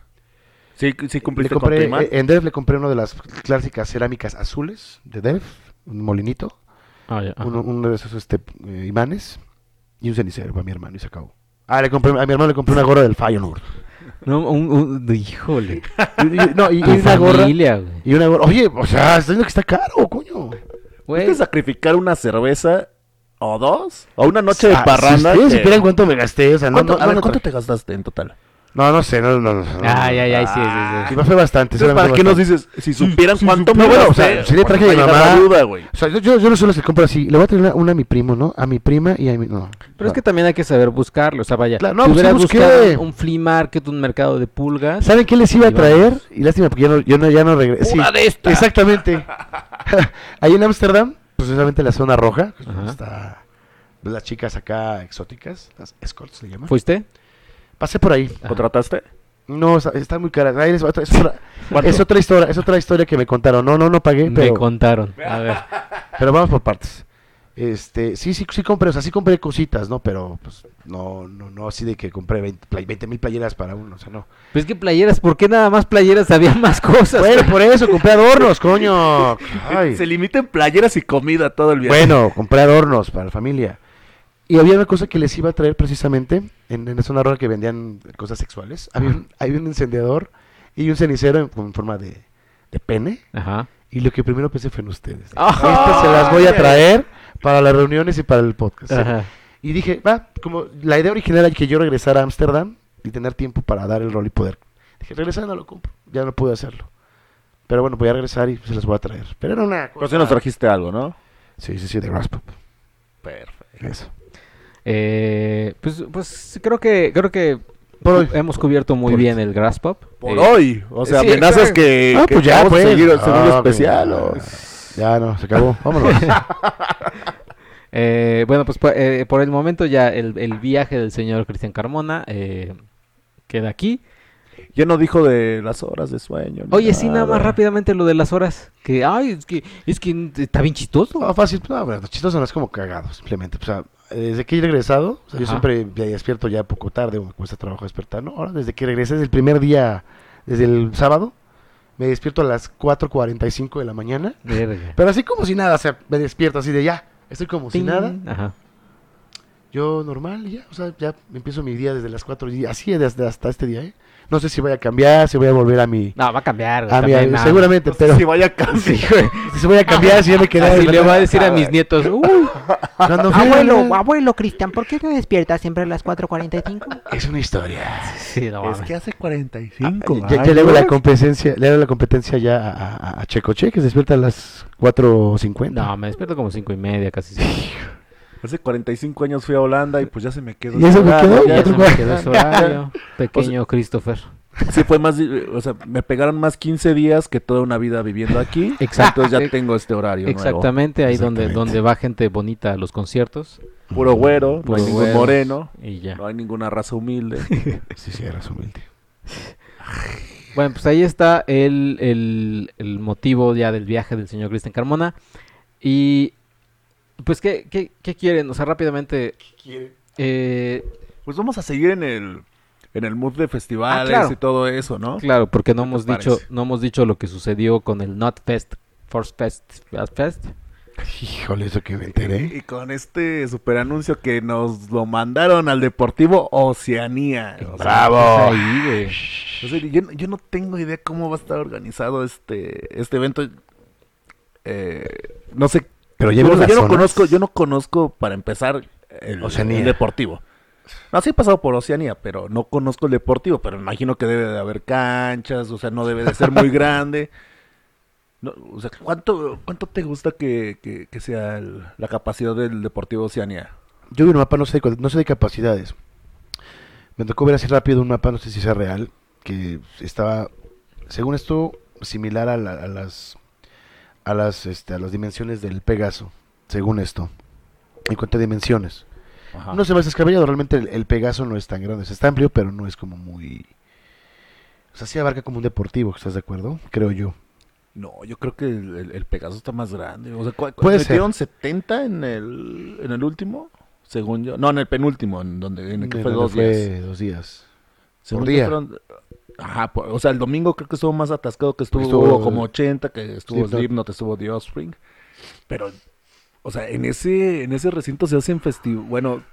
C: ¿Sí, sí
B: Le
C: cumpliste con
B: compré, eh,
C: tu imán?
B: en DEF le compré una de las clásicas cerámicas azules de DEF, un molinito,
A: Ah, ya. ajá.
B: uno, uno de esos este, eh, imanes y un cenicero para mi hermano y se acabó. Ah, le compré, a mi hermano le compré una gorra del Feyenoord.
A: No, un, un- híjole.
B: Y- y- no, y, y
A: Tu
B: una gorra.
A: familia, güey.
B: Y una gorra. Oye, o sea, estás viendo que está caro, coño.
A: Güey,
B: eh.
C: ¿Viste sacrificar una cerveza o dos? ¿O una noche de
B: Ah,
C: parranda?
B: Si ustedes
C: que-
B: supieran cuánto me gasté, o sea, no,
C: ¿Cuánto-
B: no,
C: a
B: no,
C: ver,
B: no,
C: ¿cuánto te gastaste en total?
B: no, no sé, no, no, no. no.
A: Ay, ay, ay, sí, sí,
B: Ah, Sí,
A: sí.
B: me fue bastante.
C: Entonces, ¿para
B: me
C: qué
B: fue
C: nos dices? Si supieran cuánto
B: supiera,
C: me
B: bueno, o
C: gasté,
B: sea, sí le traje a mi
C: para llegar
B: mamá.
C: la duda, güey.
B: O sea, yo, yo, yo no solo se compro así. Le voy a tener una, una a mi primo, ¿no? A mi prima y a mi. No.
A: Pero es que también hay que saber buscarlo, o sea, vaya.
B: Claro, no,
A: si
B: pues sí
A: hubieras
B: busqué.
A: buscado un flea market, un mercado de pulgas.
B: Ah. ¿Saben qué les iba a
A: Ahí vamos.
B: traer? Y lástima, porque ya no, yo no, ya no regresé.
C: Una de estas.
B: Exactamente. Ahí en Ámsterdam, pues obviamente la zona roja. pues,
A: Ajá.
B: Está. Las chicas acá exóticas, las escorts le llaman.
A: ¿Fuiste?
B: Pasé por ahí.
A: Ajá.
C: ¿Contrataste?
B: No, está, está muy cara. Ahí les va otra- es, otra, es otra historia, es otra historia que me contaron. No, no, no pagué,
A: Me
B: pero,
A: contaron. A ver.
B: pero vamos por partes. Este, sí, sí, sí compré, o sea, sí compré cositas, ¿no? Pero pues no, no, no así de que compré 20 play- 20 mil playeras para uno, o sea, no.
A: Pero Pues es que playeras, ¿por qué nada más playeras? Había más cosas.
B: Bueno, por eso compré adornos, coño. Ay.
C: Se limitan playeras y comida todo el viaje.
B: Bueno, compré adornos para la familia. Y había una cosa que les iba a traer precisamente en, en la zona roja que vendían cosas sexuales. Había un, había un encendedor y un cenicero en, con forma de, de pene.
A: Ajá.
B: Y lo que primero pensé fue en ustedes.
A: Ah,
B: Estas se las voy a
C: mira.
B: traer para las reuniones y para el podcast.
A: Ajá.
B: Y dije, va, como la idea original era que yo regresara a Ámsterdam y tener tiempo para dar el rol y poder. Dije, regresar no lo compro, ya no pude hacerlo. Pero bueno, voy a regresar y se las voy a traer. Pero era una
C: Pero Pues sí nos trajiste algo, ¿no?
B: Sí, sí, sí, de Grass Pop.
C: Perfecto.
B: Eso.
A: Eh, pues, pues creo que creo que
B: Por hoy.
C: Em-
A: hemos cubierto muy
B: Por hoy.
A: bien el grass pop.
C: Por
A: Eh,
C: hoy. O sea,
A: sí,
C: amenazas
A: claro.
C: que,
B: Ah,
C: que
B: pues ya,
C: vamos
B: pues.
C: a seguir el segundo
B: Ah,
C: especial.
B: mira.
C: o-
B: Ya no, se acabó. Vámonos.
A: eh, bueno, pues pa- eh, por el momento ya el, el viaje del señor Cristian Carmona eh, queda aquí.
C: Ya no dijo de las horas de sueño. ni
A: Oye, sí, nada más
C: nada.
A: rápidamente lo de las horas. Que, ay, es que, es que está bien chistoso.
B: No, fácil. pues, No, bueno, chistoso no es como cagado, simplemente. pues, O sea, desde que he regresado, o sea, yo
A: Ajá.
B: siempre ya despierto ya poco tarde, me cuesta trabajo despertar, ¿no? Ahora, desde que regresé, desde el primer día, desde el sábado, me despierto a las 4.45 de la mañana.
A: Verga.
B: Pero así como si nada, o sea, me despierto así de ya, estoy como si
A: Ting.
B: nada.
A: Ajá.
B: Yo normal, y ya, o sea, ya empiezo mi día desde las 4 y así desde hasta este día, ¿eh? No sé si voy a cambiar, si voy a volver a mi...
A: No, va a cambiar. güey,
B: A mi
A: también, no,
B: Ah, seguramente,
C: No sé
B: pero...
C: si vaya a cambiar.
B: Si voy a cambiar, si ya me quedé.
A: no. Así Ah, le va a decir
B: Ah,
A: a mis nietos, uy,
B: Cuando fui a
D: Abuelo,
B: la-
D: abuelo Cristian, ¿por qué te despiertas siempre a las 4.45?
B: Es una historia.
A: sí, no
C: Es
A: mames.
C: que hace
B: Ya,
C: 45
B: Ah, ya le hago la competencia, le hago la competencia ya a, a- a Checoche, que se despierta a las 4.50.
A: No, me despierto como cinco y media casi.
C: Hace 45 años fui a Holanda y pues ya se me quedó.
B: ¿Y eso
C: ese
B: me
C: horario,
B: quedó?
C: ya
A: Ya se
C: se
A: me quedó ese horario. Pequeño Christopher.
C: Sí, fue más, eh, o sea, me pegaron más 15 días que toda una vida viviendo aquí.
A: Exacto.
C: Entonces ya tengo este horario nuevo.
A: Exactamente, ahí donde,
B: Exactamente.
A: donde va gente bonita a los conciertos.
C: Puro güero,
A: Puro
C: no hay ningún
A: güero.
C: moreno,
A: Y ya.
C: no hay ninguna raza humilde.
B: Sí, sí, eras humilde.
A: Bueno, pues ahí está el, el- el motivo ya del viaje del señor Cristian Carmona. Y pues, ¿qué, qué, qué quieren? O sea, rápidamente... eh,
C: Pues vamos a seguir en el, en el mood de festivales
A: claro.
C: y todo eso, ¿no?
A: claro, porque no hemos,
C: te
A: dicho,
C: parece?
A: no hemos dicho lo que sucedió con el Not Fest, Force Fest, Fest.
B: Híjole, eso que me
C: Y
B: enteré.
C: con este super anuncio que nos lo mandaron al Deportivo Oceanía. O sea,
B: ¡Bravo!
A: Ahí, güey.
C: o sea, yo, yo no tengo idea cómo va a estar organizado este, este evento. Eh, no sé.
B: Pero ya
C: yo,
B: vieron
C: no-
B: las
C: yo no
B: zonas.
C: conozco, yo no conozco para empezar el,
B: Oceanía.
C: el deportivo. No, sí he pasado por Oceanía, pero no conozco el deportivo, pero imagino que debe de haber canchas, o sea, no debe de ser muy grande. No, o sea, ¿cuánto, ¿cuánto te gusta que, que- que sea el- la capacidad del deportivo Oceanía?
B: Yo vi un mapa, no sé, de cu- no sé de capacidades. Me tocó ver así rápido un mapa, no sé si sea real, que estaba, según esto, similar a, la- a las a las este, a las dimensiones del Pegaso, según esto. En cuanto a dimensiones.
A: Ah.
B: No se va descabellado, realmente el, el Pegaso no es tan grande, o sea, es amplio, pero no es como muy... O sea, sí abarca como un deportivo, ¿estás de acuerdo? Creo yo.
C: No, yo creo que el, el- el Pegaso está más grande. O sea, ¿cu- cu-
B: Puede ser.
C: ¿metieron 70 en el, en el último? según yo. No, en el penúltimo, en donde en el que fue
B: Bueno,
C: dos
B: fue
C: días.
B: dos días.
C: Según
B: por
C: yo
B: día.
C: fueron- Ajá, por- o sea, el domingo creo que estuvo más atascado que estuvo,
B: Estuvo-
C: como 80, que estuvo
B: Slipknot.
C: Slipknot, estuvo The Offspring. Pero, o sea, en ese, en ese recinto se hacen festivos, bueno,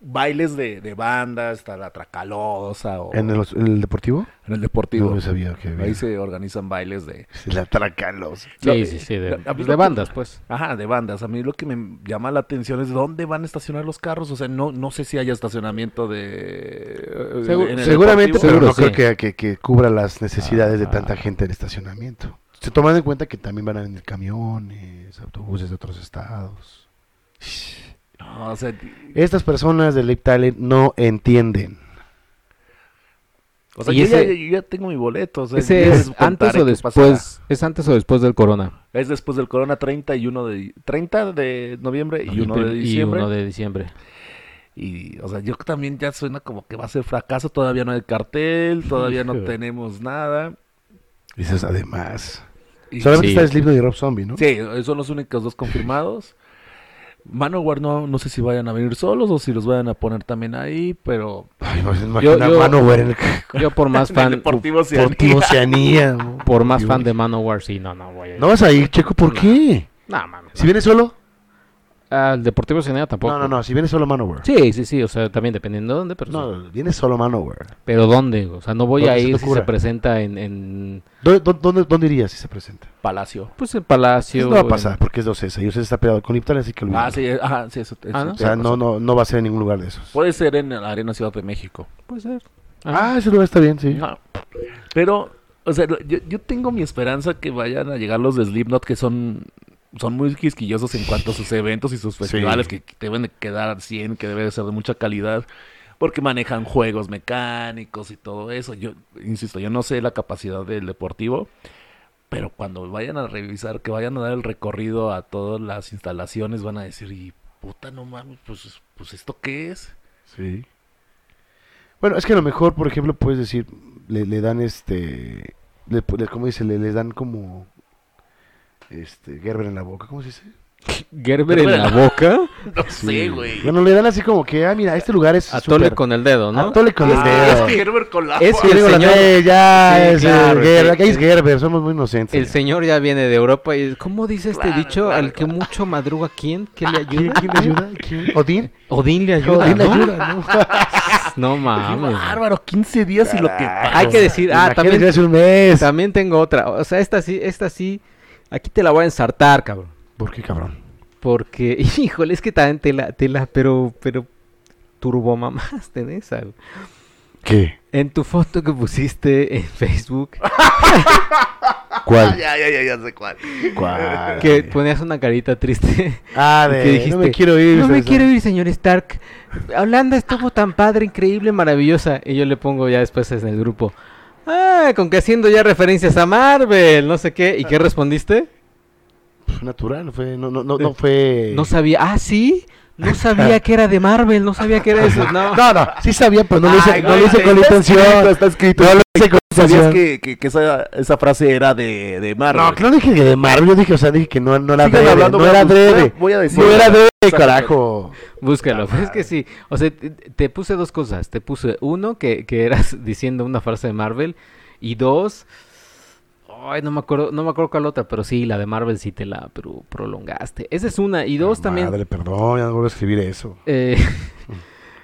C: bailes de, de bandas, hasta la Tracalosa o
B: ¿En el, en el deportivo?
C: en el deportivo.
B: No lo sabía que había.
C: Oh. Ahí se organizan bailes de,
B: Se la atracan los.
C: Lo-
A: Sí, sí, sí, de,
C: lo- a mí
A: pues,
C: lo
A: de
C: que-
A: bandas, pues.
C: Ajá, de bandas. A mí lo que me llama la atención es dónde van a estacionar los carros. O sea, no, no sé si haya estacionamiento de... eh,
A: Segu-
C: en el
B: Seguramente,
C: deportivo.
B: pero
A: Seguro,
B: no
A: sí.
B: creo que, que- que cubra las necesidades de tanta
A: Ah.
B: gente en estacionamiento. Se toman en cuenta que también van a venir camiones, autobuses de otros estados.
C: No, o sea,
B: Estas personas de Lip Talent no entienden.
C: o sea,
A: Y
C: yo,
A: ese-
C: ya, yo ya tengo mi boleto. O sea, ya
A: Ese
C: les
A: es antes
C: contaré
A: o
C: qué pasará.
A: después, es antes o después del corona.
C: Es después del Corona 30 y 1 de... 30 de noviembre y 1 de diciembre. Y,
A: uno de diciembre.
C: o sea, yo también ya suena como que va a ser fracaso. Todavía no hay cartel, todavía no
A: Hijo.
C: tenemos nada.
B: Dices, además.
C: Y-
B: Solamente
A: sí.
B: está Slipknot y Rob Zombie, ¿no?
C: Sí, eh, son los únicos dos confirmados. Manowar no, no sé si vayan a venir solos o si los vayan a poner también ahí, pero...
B: Ay, pues, imagina
A: yo-
B: Manowar en el
A: Yo por más
C: En el
A: fan,
C: Deportivo Oceanía.
B: Deportivo Oceanía. ¿no?
A: por más
B: Dios.
A: fan de Manowar, sí, no, no voy a ir.
B: ¿No vas a ir, Checo? ¿Por qué?
A: No, mames.
B: ¿Si vienes solo?
A: Al Deportivo Oceanía tampoco.
B: No, no, no. Si vienes solo Manowar.
A: Sí, sí, sí, o sea, también dependiendo de dónde, pero sí.
B: No, vienes solo Manowar.
A: Pero ¿dónde? O sea, no voy
B: ¿Dónde
A: a
B: se te
A: ir si se
B: ocurra?
A: presenta en, en
B: ¿Dó- dó- ¿Dónde, dónde irías si se presenta?
C: Palacio.
A: pues en Palacio.
B: no va a
A: en-
B: pasar porque es 2S. Y usted está peleado con Lipton, así que lo
C: Ah,
B: olvido.
C: sí, eh, ajá, sí, eso. eso-
A: Ah, ¿no?
B: O sea, no, no, no va a ser en ningún lugar de esos.
C: Puede ser en la Arena Ciudad de México.
A: Puede ser.
B: Ah, ese lugar está bien, sí.
C: Ajá. Pero, o sea, yo, yo tengo mi esperanza que vayan a llegar los de Slipknot, que son, son muy quisquillosos en cuanto a sus eventos y sus festivales,
B: Sí.
C: que deben de quedar 100, que debe de ser de mucha calidad, porque manejan juegos mecánicos y todo eso. Yo, insisto, yo no sé la capacidad del deportivo, pero cuando vayan a revisar, que vayan a dar el recorrido a todas las instalaciones, van a decir, y puta, no mames, pues, pues ¿esto qué es?
B: Sí. Bueno, es que a lo mejor, por ejemplo, puedes decir, le, le dan este, le, pu- le- ¿cómo dice? Le, le dan como, este, Gerber en la boca, ¿cómo se dice?
A: Gerber en la boca.
C: No sé, güey.
B: Bueno, le dan así como que, ah, mira, este lugar es
A: Atole
B: súper-
A: con el dedo, ¿no? Ah,
B: Atole con el dedo.
C: Ah, Es que Herbert con la-
A: Es
B: Yo
A: el
B: digo, la
A: señor-
B: neta, ya,
A: Sí,
B: es, eh,
A: claro,
B: Gerber,
A: el-
B: aquí es
A: el-
B: Gerber, somos muy inocentes.
A: El señor ya viene de Europa y ¿cómo dice este
C: Claro,
A: dicho?
C: claro,
A: Al que
C: claro.
A: mucho madruga quién, ¿qué le
B: Ah, ¿Quién,
A: ayuda?
B: quién le ayuda? ¿Quién? ¿Odín?
A: Odín le ayuda,
B: Odín le
A: ¿no?
B: ayuda, ¿no?
A: No
B: Ah,
C: Qué
A: mames.
C: bárbaro, 15 días y lo que
A: Hay que decir, ah,
B: Imagínate,
A: también-
B: hace un mes.
A: También tengo otra, o sea, esta sí, esta sí, aquí te la voy a ensartar, cabrón.
B: ¿Por qué, cabrón?
A: Porque, híjole, es que también te la, te la, pero, pero, turbomamaste en esa, güey.
B: ¿Qué?
A: En tu foto que pusiste en Facebook,
B: ¿Cuál?
C: Ah, Ya, ya, ya, ya sé cuál.
B: ¿Cuál?
A: que ponías una carita triste.
B: Ah,
A: ¿Qué
B: de,
A: dijiste?
B: no me quiero ir.
A: No me
B: ¿sabes?
A: quiero ir, señor Stark. Holanda estuvo tan padre, increíble, maravillosa. Y yo le pongo ya después en el grupo. Ah, con que haciendo ya referencias a Marvel, no sé qué. ¿Y qué respondiste?
B: Fue natural, fue, no, no, no, no
A: Eh,
B: fue...
A: No sabía. Ah, sí. No sabía que era de Marvel, no sabía que era eso. No.
B: No, no, sí sabía, pero no lo hice,
C: Ay,
B: no lo
C: güey,
B: hice con la
C: está
B: intención.
C: escrito, está escrito.
B: No lo hice con la
C: ¿Sabías
B: intención.
C: que, que, que esa, esa frase era de, de Marvel?
B: No, que no dije que de Marvel, yo dije, o sea, dije que no, no era
C: Sigan
B: adrede,
C: hablando,
B: no
C: voy a
B: era
C: buscar,
B: adrede.
C: voy a decir.
B: No era adrede,
C: Exacto.
B: carajo.
A: Búscalo. pues Es que sí. O sea, te, te puse dos cosas. Te puse uno, que, que eras diciendo una frase de Marvel. Y dos. Ay, no me acuerdo, no me acuerdo cuál otra, pero sí, la de Marvel sí te la pero prolongaste. Esa es una. Y dos también.
B: Madre, perdón, ya no vuelvo a escribir eso.
A: Eh,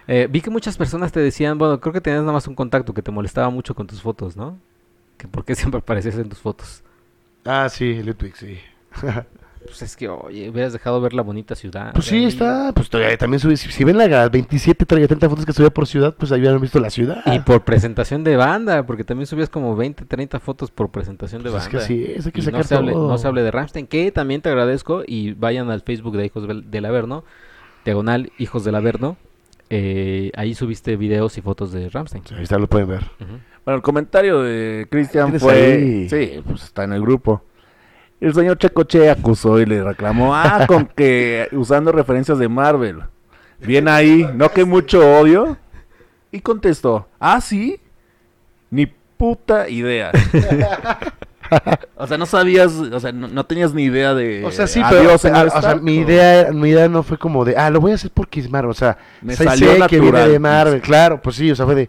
A: eh, vi que muchas personas te decían, bueno, creo que tenías nada más un contacto que te molestaba mucho con tus fotos, ¿no? Que por qué siempre aparecías en tus fotos.
B: Ah, sí, Ludwig, sí.
A: Pues es que, oye, hubieras dejado ver la bonita ciudad.
B: Pues sí,
A: ahí.
B: está, pues todavía también subí, si, si ven las 27, 30, 30 fotos que subía por ciudad, pues ahí hubieran visto la ciudad.
A: Y por presentación de banda, porque también subías como 20, 30 fotos por presentación de
B: Pues es
A: banda.
B: que así es, hay que
A: Y
B: sacar
A: no, se hable,
B: todo.
A: no se hable de Ramstein, que también te agradezco. Y vayan al Facebook de Hijos del del Averno, diagonal Hijos del Averno. eh, ahí subiste videos y fotos de Ramstein.
B: Ahí está, lo pueden ver.
A: Ujú.
C: Bueno, el comentario de Cristian
B: ¿Tienes
C: fue...
B: ahí?
C: Sí, pues está en el grupo. El señor Checoche acusó y le reclamó, ah, con que usando referencias de Marvel. Bien ahí, no que mucho odio. Y contestó, ah, sí, ni puta idea. O sea, no sabías, o sea, no, no tenías ni idea de. "Ah,
B: O sea, sí,
C: Eh, "Adiós,
B: pero ah, o sea,
C: señor
B: o sea,
C: Stark",
B: mi
C: o-
B: idea, mi idea no fue como de, ah, lo voy a hacer porque es Marvel, o sea,
C: Me
B: sí
C: salió
B: sé que viene
C: natural.
B: de Marvel, claro, pues sí, o sea, fue de,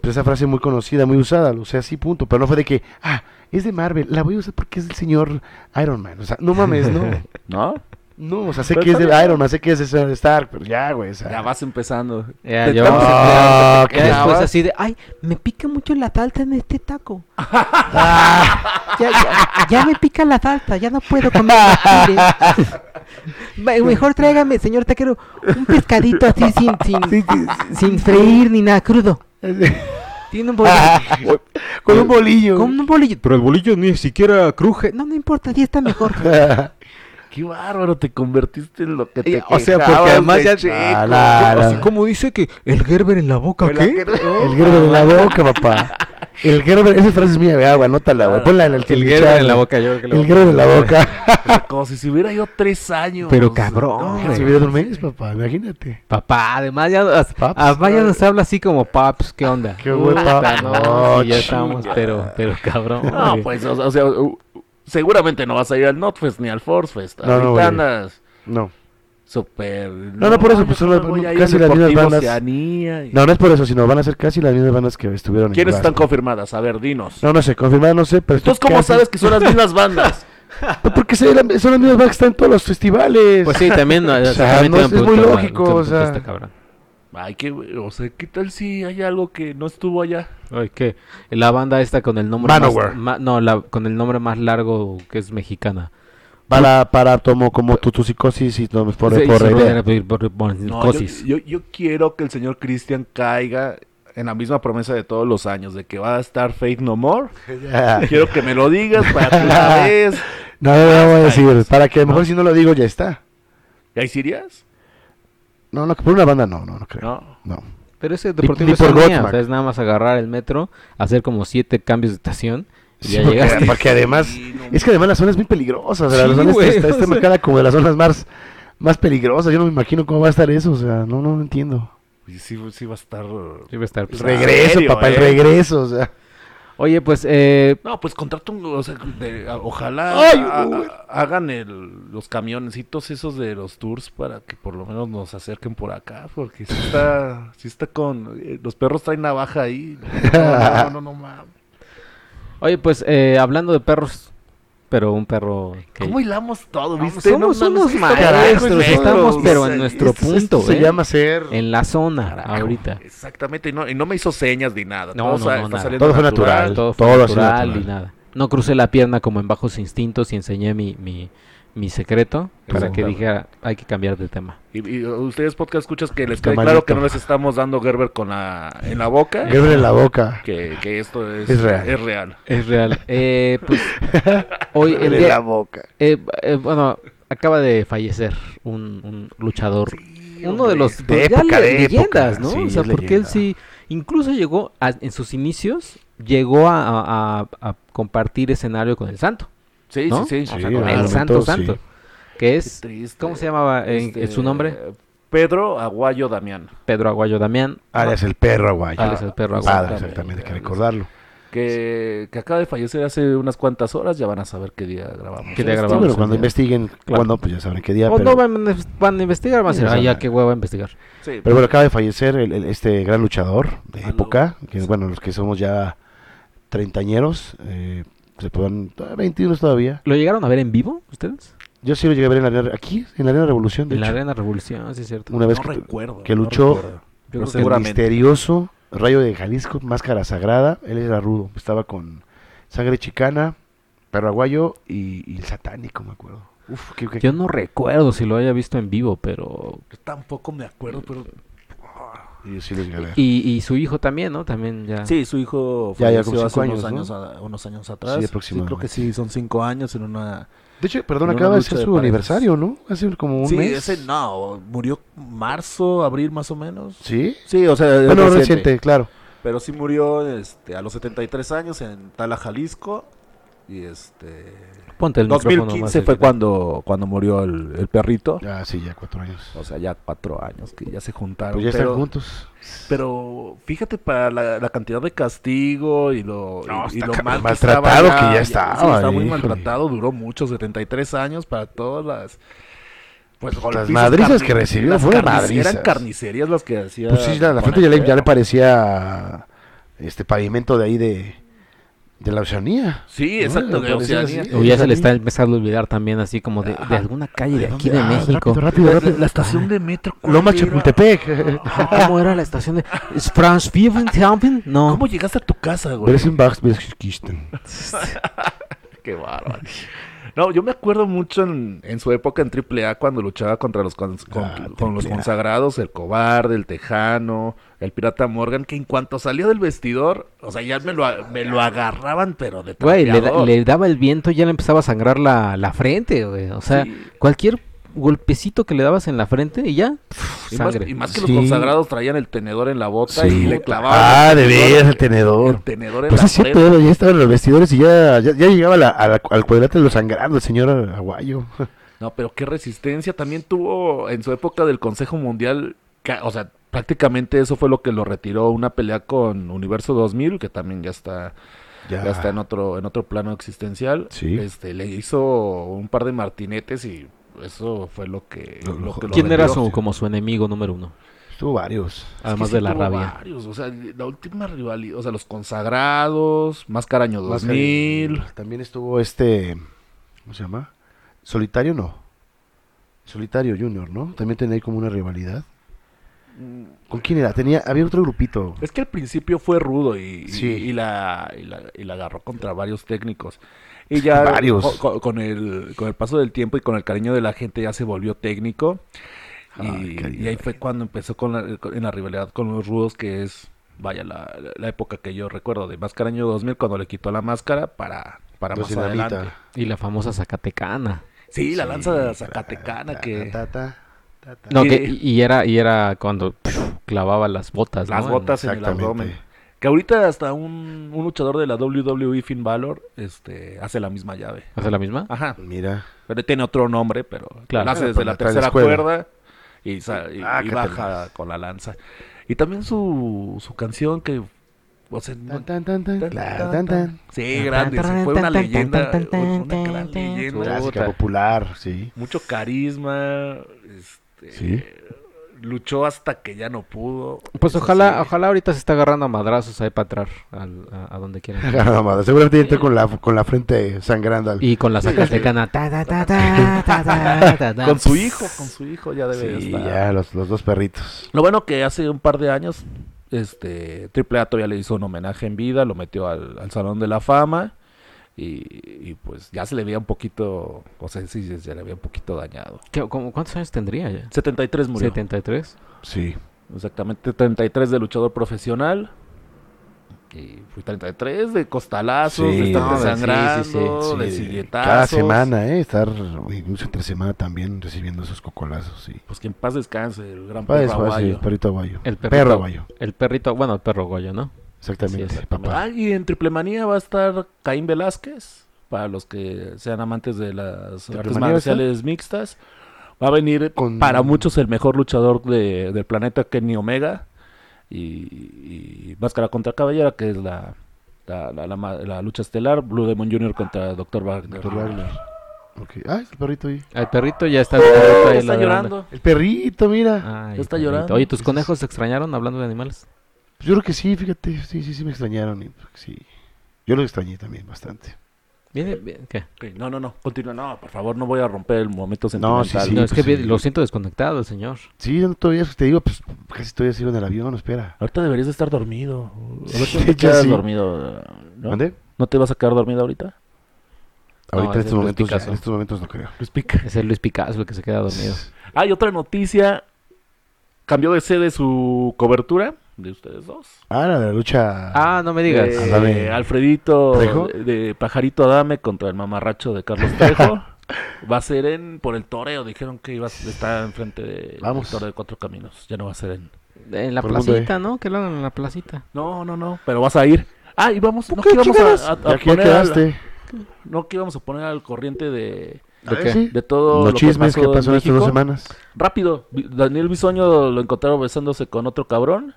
B: pero esa frase muy conocida, muy usada, o sea, sí, punto, pero no fue de que, ah, es de Marvel, la voy a usar porque es el señor Iron Man, o sea, no mames, no,
C: ¿No?
B: no, o sea, sé
C: Pero
B: que es del
C: también-
B: Iron Man, sé que es de Sir Stark, pero ya, güey, o sea,
C: Ya vas empezando.
A: Ya,
C: Te
A: ya
C: estamos
A: vamos
B: Ah,
A: a
B: ok.
A: Ya después
C: Ahora-
A: así de, ay,
D: Me pica mucho la salsa en este taco. Ya, ya- ya me pica la salsa, ya no puedo comer más chile. Me- Mejor tráigame, señor taquero, un pescadito así sin, sin, sin freír ni nada, crudo. Tiene un bolillo.
B: con un bolillo.
D: Con un Ah. bolillo.
A: pero el bolillo ni siquiera cruje.
D: No, no importa, sí está mejor.
C: Qué bárbaro, te convertiste en lo que te
A: Eh, o sea, porque
C: quejabas
A: además
C: de
A: ya-
C: chico.
B: Ah, la- la-
A: como dice que el Gerber en la boca, ¿qué?
B: El Gerber en la boca, papá. El Gerber, esa frase es mía, güey, agua, anótala, güey. Ponla en el
A: El Gerber
B: chat,
A: en la
B: güey.
A: boca, yo creo que lo
B: El
A: voy a
B: Gerber en la
A: poner.
B: boca.
C: Como si se hubiera ido tres años.
A: Pero cabrón,
B: Se
A: güey.
B: hubiera ido un mes, papá, imagínate.
A: Papá, además ya, as-
B: Paps.
A: además ya nos habla así como paps, ¿qué onda?
B: Qué güey,
A: Puta,
B: paps.
A: no,
B: No,
A: sí, ya estamos,
C: chinga.
A: pero, pero cabrón.
C: No,
A: güey.
C: pues, o, o sea, u- u- seguramente no vas a ir al NotFest ni al ForceFest.
B: No, no,
C: Ahorita
B: güey.
C: andas
B: No.
C: súper...
B: No, no, por eso, pues,
C: yo
B: solo-
C: me voy a ir
B: casi
C: al
B: las mismas
C: Deportivo
B: bandas.
C: Oceanía y-
B: No, no es por eso, sino van a ser casi las mismas bandas que estuvieron en
C: ¿Quiénes
B: Glasgow.
C: están confirmadas? A ver, dinos.
B: No, no sé, confirmada no sé, pero...
C: Entonces,
B: estoy
C: ¿cómo
B: casi-
C: sabes que son las mismas bandas?
B: Pues porque se- son las mismas bandas que están en todos los festivales.
A: Pues sí, también. no,
B: O sea,
A: también
B: no
A: tiene
B: es-
A: un
B: es muy
A: punto, güey,
B: lógico,
A: tiene un
B: o
A: punto
B: sea.
A: este cabrón.
C: Ay, qué... O sea, ¿qué tal si hay algo que no estuvo allá?
A: Ay, ¿qué? Oh, La banda esta con el nombre
B: Manowar.
A: más, ma- no, la, con el nombre más largo que es mexicana.
B: Para, para, tomo como tu, tu psicosis y no, por,
A: Sí,
B: por
A: sí,
B: la idea.
A: por- por- por-
C: No, yo,
A: cosis.
C: yo- yo quiero que el señor Cristian caiga en la misma promesa de todos los años, de que va a estar Faith No More. Quiero que me lo digas para que una vez...
B: No, no, no voy a decir, para que a lo mejor si no lo digo ya está.
C: ¿Y ahí sí irías?
B: No, no, por una banda no, no, no creo.
C: No.
B: No.
A: Pero ese deportivo
B: ni
A: es
B: por
A: Oceanía,
B: Godsmack.
A: o sea, es nada más agarrar el metro, hacer como siete cambios de estación y
B: Sí,
A: ya
B: porque,
A: llegaste.
B: porque además,
C: Sí, no
B: es que además la zona es muy peligrosa, o sea,
A: Sí,
B: la zona
A: güey,
B: está, está
A: o sea.
B: marcada como de las zonas más, más peligrosas, yo no me imagino cómo va a estar eso, o sea, no, no, no entiendo.
C: Y sí, sí va a estar...
A: Sí, va a estar pues,
B: El
A: pesado.
B: regreso,
C: serio,
B: papá, el
C: eh?
B: regreso, o sea.
A: Oye, pues eh,
C: No, pues contrata un... O sea, de- a- ojalá
B: Ay,
C: a-
B: güey.
C: a- hagan el, los camioncitos esos de los tours para que por lo menos nos acerquen por acá, porque sí está, sí está con... eh, los perros traen navaja ahí. No, no, no, no mames.
A: Oye, pues eh, hablando de perros, pero un perro que...
C: ¿Cómo hilamos todo,
A: Vamos,
C: viste?
A: somos unos
C: qué
A: maestros,
C: carajo es esto,
A: estamos,
C: o
A: pero
C: sea,
A: en nuestro
B: Esto- esto
A: punto,
B: Este, se
A: ¿eh?
B: llama ser...
A: En la zona, ahorita.
C: Exactamente, y no, y no me hizo señas ni nada.
A: No, no,
C: todo sa-
A: no,
C: está
A: nada.
C: saliendo
B: Todo fue natural.
A: Todo fue
B: Todo ha sido
A: natural y
B: natural.
A: nada. No crucé la pierna como en Bajos Instintos y enseñé mi, mi, mi secreto para que
C: Exactamente.
A: dijera, hay que cambiar de tema.
C: Y, y ustedes podcast escuchas que les
B: Está
C: quede
B: malito.
C: claro que no les estamos dando Gerber con la, en la boca.
B: Gerber en la boca.
C: Que, que esto es,
B: Es real.
A: Es real. Eh, pues, hoy el
B: en
A: día-
B: la boca.
A: eh, eh, bueno, acaba de fallecer un, un luchador uno de los
B: De
A: pues, ya
B: época,
A: le-
B: de
A: leyendas,
B: época,
A: ¿no?
B: sí,
A: o sea,
B: es
A: porque él
B: leyenda.
A: sí, incluso llegó a- en sus inicios, llegó a, a- a- a compartir escenario con el Santo,
C: Sí,
A: ¿no?
C: sí, sí.
A: O
B: Sí,
A: sea, con
B: claro.
A: el Santo
B: Momento,
A: Santo,
B: sí.
A: que
C: Qué
A: es,
C: triste.
A: ¿cómo se llamaba eh, en,
C: Este,
A: en su nombre?
C: Pedro Aguayo Damián.
A: Pedro Aguayo Damián,
B: Alias el perro aguayo.
A: alias el perro
B: Padre,
A: Aguayo.
C: Aguayo.
B: exactamente, hay que recordarlo.
C: Que, que acaba de fallecer hace unas cuantas horas. Ya van a saber qué día grabamos.
A: ¿Qué día
C: esto.
B: Sí,
A: grabamos?
B: pero cuando
A: el día.
B: investiguen, cuando pues ya sabrán qué día.
A: O
B: pero,
A: no van, a- van a investigar, van a decir,
B: Sí,
A: ah, ya
B: exactamente.
A: qué hueva investigar.
C: Sí,
B: pero bueno, acaba de fallecer el- el- este gran luchador de
C: Aló.
B: época, que bueno, los que somos ya treintañeros, eh, se pueden, ah, 21 todavía.
A: ¿Lo llegaron a ver en vivo ustedes?
B: Yo sí lo llegué a ver en la arena, aquí, en la arena Revolución, de
A: en la
B: hecho.
A: Arena Revolución, sí es cierto.
B: Una vez
C: no
B: que,
C: recuerdo.
B: que
C: no
B: luchó-
C: recuerdo.
A: Yo creo que
C: no
B: el
C: seguramente.
B: misterioso rayo de Jalisco, máscara sagrada, él era rudo, estaba con sangre chicana, perro aguayo y, y el satánico, me acuerdo. Uf, qué, qué-
A: Yo no recuerdo si lo haya visto en vivo, pero
C: Yo tampoco me acuerdo, pero...
B: yo sí lo llegué a ver.
A: y, y su hijo también, ¿no? También ya.
C: Sí, su hijo
B: Ah. Ya, ya
C: falleció
B: como
C: hace
B: cinco
C: unos,
B: años,
C: años,
B: ¿no?
C: a- unos años atrás.
B: Sí,
C: Sí,
B: aproximadamente.
C: creo que sí, son cinco años en una...
B: De hecho, perdón,
C: en una
B: acaba de
C: lucha
B: ser
C: de
B: su
C: parejas.
B: aniversario, ¿no? Hace como un
C: sí,
B: mes.
C: ese no, murió marzo, abril más o menos.
B: ¿Sí?
C: Sí, o sea, es
B: Bueno, reciente,
C: reciente.
B: claro.
C: Pero sí murió este, a los 73 años en Tala, Jalisco. Y este.
A: Ponte el micrófono más
C: 2015 fue
A: cerca.
C: cuando, cuando murió el, el perrito.
B: Ah, sí, ya cuatro años.
C: O sea, ya cuatro años que ya se juntaron.
B: pues ya están
C: pero-
B: juntos.
C: Pero fíjate para la, la cantidad de castigo y lo, y-
B: No,
C: y,
B: está
C: lo
B: ca-
C: mal
B: maltratado
C: estaba
B: que ya
C: sí,
B: estaba,
C: estaba muy
B: híjole.
C: maltratado, duró mucho, 73 años para todas las. Pues golpizas,
B: madrizas
C: carni-
B: que recibió
C: las
B: fueron
C: carnic-
B: madrizas.
C: Eran carnicerías las que hacía.
B: Pues sí, la, la
C: Juan
B: frente ya le, ya le
C: Alfredo.
B: parecía este pavimento de ahí de, de la Oceanía.
C: Sí,
B: ¿no?
C: exacto, de
B: Parecía
C: Oceanía.
B: así.
A: O ya se le está
B: Oceanía.
A: empezando a olvidar también así como de, de alguna calle de
B: ¿De
A: aquí
B: dónde?
A: de
B: Ah,
A: México.
B: Rápido, rápido, rápido.
C: La estación de metro. ¿cuál
B: Loma
C: era?
B: Chapultepec.
A: Ah, ¿Cómo era la estación de ¿Es Franz Fiefenkampen? No.
C: ¿Cómo llegaste a tu casa, güey?
B: Besenbach, Bergkirchen.
C: Qué bárbaro. No, yo me acuerdo mucho en, en su época en AAA cuando luchaba contra los cons- con,
B: Ah,
C: con los
B: AAA.
C: consagrados, el cobarde, el tejano, el pirata Morgan, que en cuanto salía del vestidor, o sea, ya me lo, a- me lo agarraban, pero de
A: Güey, le, da-
C: trapeador.
A: le Eh, daba el viento y ya le empezaba a sangrar la, la frente, güey. O sea,
C: Sí.
A: cualquier golpecito que le dabas en la frente y ya, pf,
C: Y más,
A: sangre.
C: y más que
B: Sí.
C: los consagrados traían el tenedor en la bota y
B: Sí.
C: le clavaban.
B: Ah,
C: el
B: de
C: tenedor-
B: veras el
C: El
B: tenedor.
C: tenedor en
B: Pues
C: la
B: es cierto,
C: frente.
B: ya estaban en los vestidores y ya, ya, ya llegaba la- a la- al cuadrilátero sangrando el señor Aguayo.
C: No, pero qué resistencia también tuvo en su época del Consejo Mundial. ca- O sea, prácticamente eso fue lo que lo retiró una pelea con Universo 2000, que también ya está ya está
A: Ah.
C: en otro en otro plano existencial.
B: Sí.
C: Este le hizo un par de martinetes y eso fue lo que
B: Lo- lo-
C: lo que lo
A: ¿Quién era
C: retiró.
A: su, como su enemigo número uno?
B: Estuvo varios.
C: Es que
A: Además
C: sí
A: de la
C: tuvo
A: rabia.
C: varios, o sea, la última rivalidad, o sea, los consagrados, Máscara Año
B: Más
C: 2000.
B: el- También estuvo este. ¿Cómo se llama? Solitario no. Solitario Junior, ¿no? También tenía ahí como una rivalidad. ¿Con quién era? Tenía, había otro grupito.
C: Es que al principio fue rudo y, y-
B: Sí.
C: y la, y, la, y la agarró contra varios técnicos. Y ya
B: Varios.
C: co- co- Con, el, con el paso del tiempo y con el cariño de la gente ya se volvió técnico. Y,
B: Ay, cariño.
C: y ahí fue cuando empezó con la, en la rivalidad con los rudos, que es, vaya, la, la época que yo recuerdo de Máscara Año 2000, cuando le quitó la máscara para, para
B: Los
C: más
B: Dinamita.
C: adelante.
A: Y la famosa Zacatecana.
C: Sí, la
B: Sí,
C: lanza zacatecana
B: ta,
C: que...
B: ta, ta, ta, ta.
A: No,
C: Y-
A: que, y y era, y era cuando pf, clavaba las botas,
C: Las
A: ¿no?
C: botas en el
B: Exactamente.
C: abdomen. Que ahorita hasta un, un luchador de la WWE, Finn Balor, este, hace la misma llave.
A: ¿Hace la misma?
C: Ajá,
B: Mira.
C: pero tiene otro nombre, pero
A: Claro.
C: la
B: Bueno,
C: hace desde
B: pero
C: la
B: la trae
C: tercera
B: de escuela.
C: cuerda y, sa- y-
B: Ah,
C: y
B: que
C: baja con la lanza. Y también su, su canción que... o sea, no-
B: Tan, tan, tan, tan,
C: tan,
B: la,
C: tan,
B: tan, tan.
C: Sí, grande, sí, fue una leyenda, una gran leyenda.
B: Clásica popular, sí.
C: Mucho carisma, este,
B: Sí.
C: luchó hasta que ya no pudo.
A: Pues
C: eso
A: ojalá,
C: sí.
A: ojalá ahorita se está agarrando a madrazos ahí para atrás, al- a, a donde quiera.
B: Agarra madre. Seguramente ya entró con la, con la frente sangrando. al-
A: Y con la Zacatecana. ta, ta, ta, ta, ta, ta, ta, ta.
C: Con su hijo, con su hijo ya debe
B: pues, Sí,
C: estar.
B: ya, los, los dos perritos.
C: Lo bueno que hace un par de años, este, AAA todavía le hizo un homenaje en vida, lo metió al, al Salón de la Fama y, y, pues ya se le veía un poquito, o sea, sí, sí, se le veía un poquito dañado.
A: ¿Qué- cómo- ¿Cuántos años tendría ya?
C: 73 murió.
A: 73.
B: Sí.
C: Exactamente, 33 de luchador profesional. Y fue 33 de costalazos,
B: Sí,
C: de
B: no,
C: estarte
B: sí,
C: sangrando,
A: sí,
C: de
B: Sí,
C: silletazos.
B: cada semana, ¿eh? Estar, incluso entre semana también recibiendo esos cocolazos, sí.
C: Pues que en paz descanse el gran
B: Padre,
C: perro aguayo.
B: perrito aguayo.
A: El perrito-
B: perro aguayo,
A: El perrito, bueno, el perro Goyo, ¿no?
B: exactamente,
A: Sí, exactamente.
B: papá.
C: Ah, y en Triplemanía va a estar Caín Velázquez, para los que sean amantes de las artes
B: ¿Triplemanía va a estar?
C: marciales mixtas. Va a venir
B: Con-
C: para muchos el mejor luchador de- del planeta, Kenny Omega. Y, y Máscara contra Caballera, que es la, la, la- la ma- la lucha estelar. Blue Demon Jr. contra Dr. Wagner.
B: Doctor Wagner. Ok. Ah, es el perrito ahí.
A: El perrito ya está.
C: Ah,
A: ahorita ahí
C: está
A: ladrando.
C: llorando.
B: El perrito, mira.
A: Ay,
C: Ya
A: perrito.
C: está llorando.
A: Oye, ¿tus conejos se extrañaron hablando de animales?
B: Pues yo creo que sí, fíjate, sí, sí, sí me extrañaron. y, pues, Sí. Yo lo extrañé también bastante.
A: Viene- viene- ¿Qué?
C: Ok, no, no, no. Continúa. No, por favor, no voy a romper el momento
B: No,
C: sentimental.
B: sí,
A: no, es
B: pues
A: que vi-
B: sí.
A: lo siento desconectado, el señor.
B: Sí, no, todavía te digo, pues casi todavía sigo en el avión, espera.
C: Ahorita deberías de estar dormido. A ver si
B: Sí,
C: no te
B: ya
C: quedas
B: sí.
C: dormido. ¿no?
B: ¿Dónde?
C: ¿No te vas a quedar dormido ahorita?
A: es
B: Ahorita en
A: el
B: estos momentos, ya,
A: Picasso.
B: en estos momentos no creo.
C: Luis Pica.
A: Es el Luis Picasso el que se queda dormido.
C: Hay Ah, otra noticia. Cambió de sede su cobertura de ustedes dos.
B: Ah, la de la lucha.
A: Ah, no me digas.
C: De
B: Adame.
C: Alfredito
B: ¿Trejo?
C: de, de Pajarito Adame contra el mamarracho de Carlos Trejo. Va a ser en por el toreo. Dijeron que iba a estar enfrente del
B: Vamos.
C: toreo de cuatro caminos. Ya no va a ser en.
A: En la
B: Por el mundo, eh.
A: placita, ¿no? Que lo hagan en la placita.
C: No, no, no. Pero vas a ir. Ah, y vamos. No,
B: qué
C: que íbamos a-
B: chingadas?
C: a, a
B: Ya que ya
C: poner a la-
B: quedaste.
C: No que íbamos a poner al corriente de,
B: A ver,
A: qué?
B: sí.
C: de todo
B: Los
C: lo
B: chismes
C: que
B: que
C: pasó,
B: pasó
C: en
B: en estas dos
C: México.
B: semanas.
C: Rápido, Vi- Daniel Bisoño lo encontraron besándose con otro cabrón.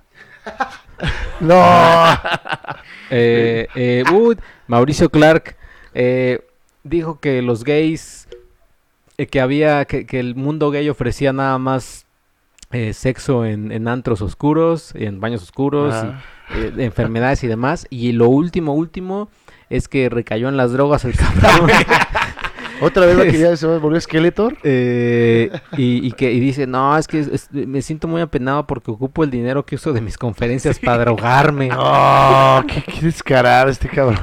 C: Ah,
B: No.
A: Eh, eh, uy, Mauricio Clark eh, dijo que los gays, eh, que había, que, que el mundo gay ofrecía nada más eh, sexo en, en antros oscuros, en baños oscuros, y,
B: Ah.
A: eh, de enfermedades y demás. Y lo último, último, es que recayó en las drogas el cabrón.
B: Otra vez la que ya se volvió Skeletor.
A: Eh, y, y que y dice, no, es que es- es- me siento muy apenado porque ocupo el dinero que uso de mis conferencias para drogarme.
B: No, qué, qué descarado este cabrón.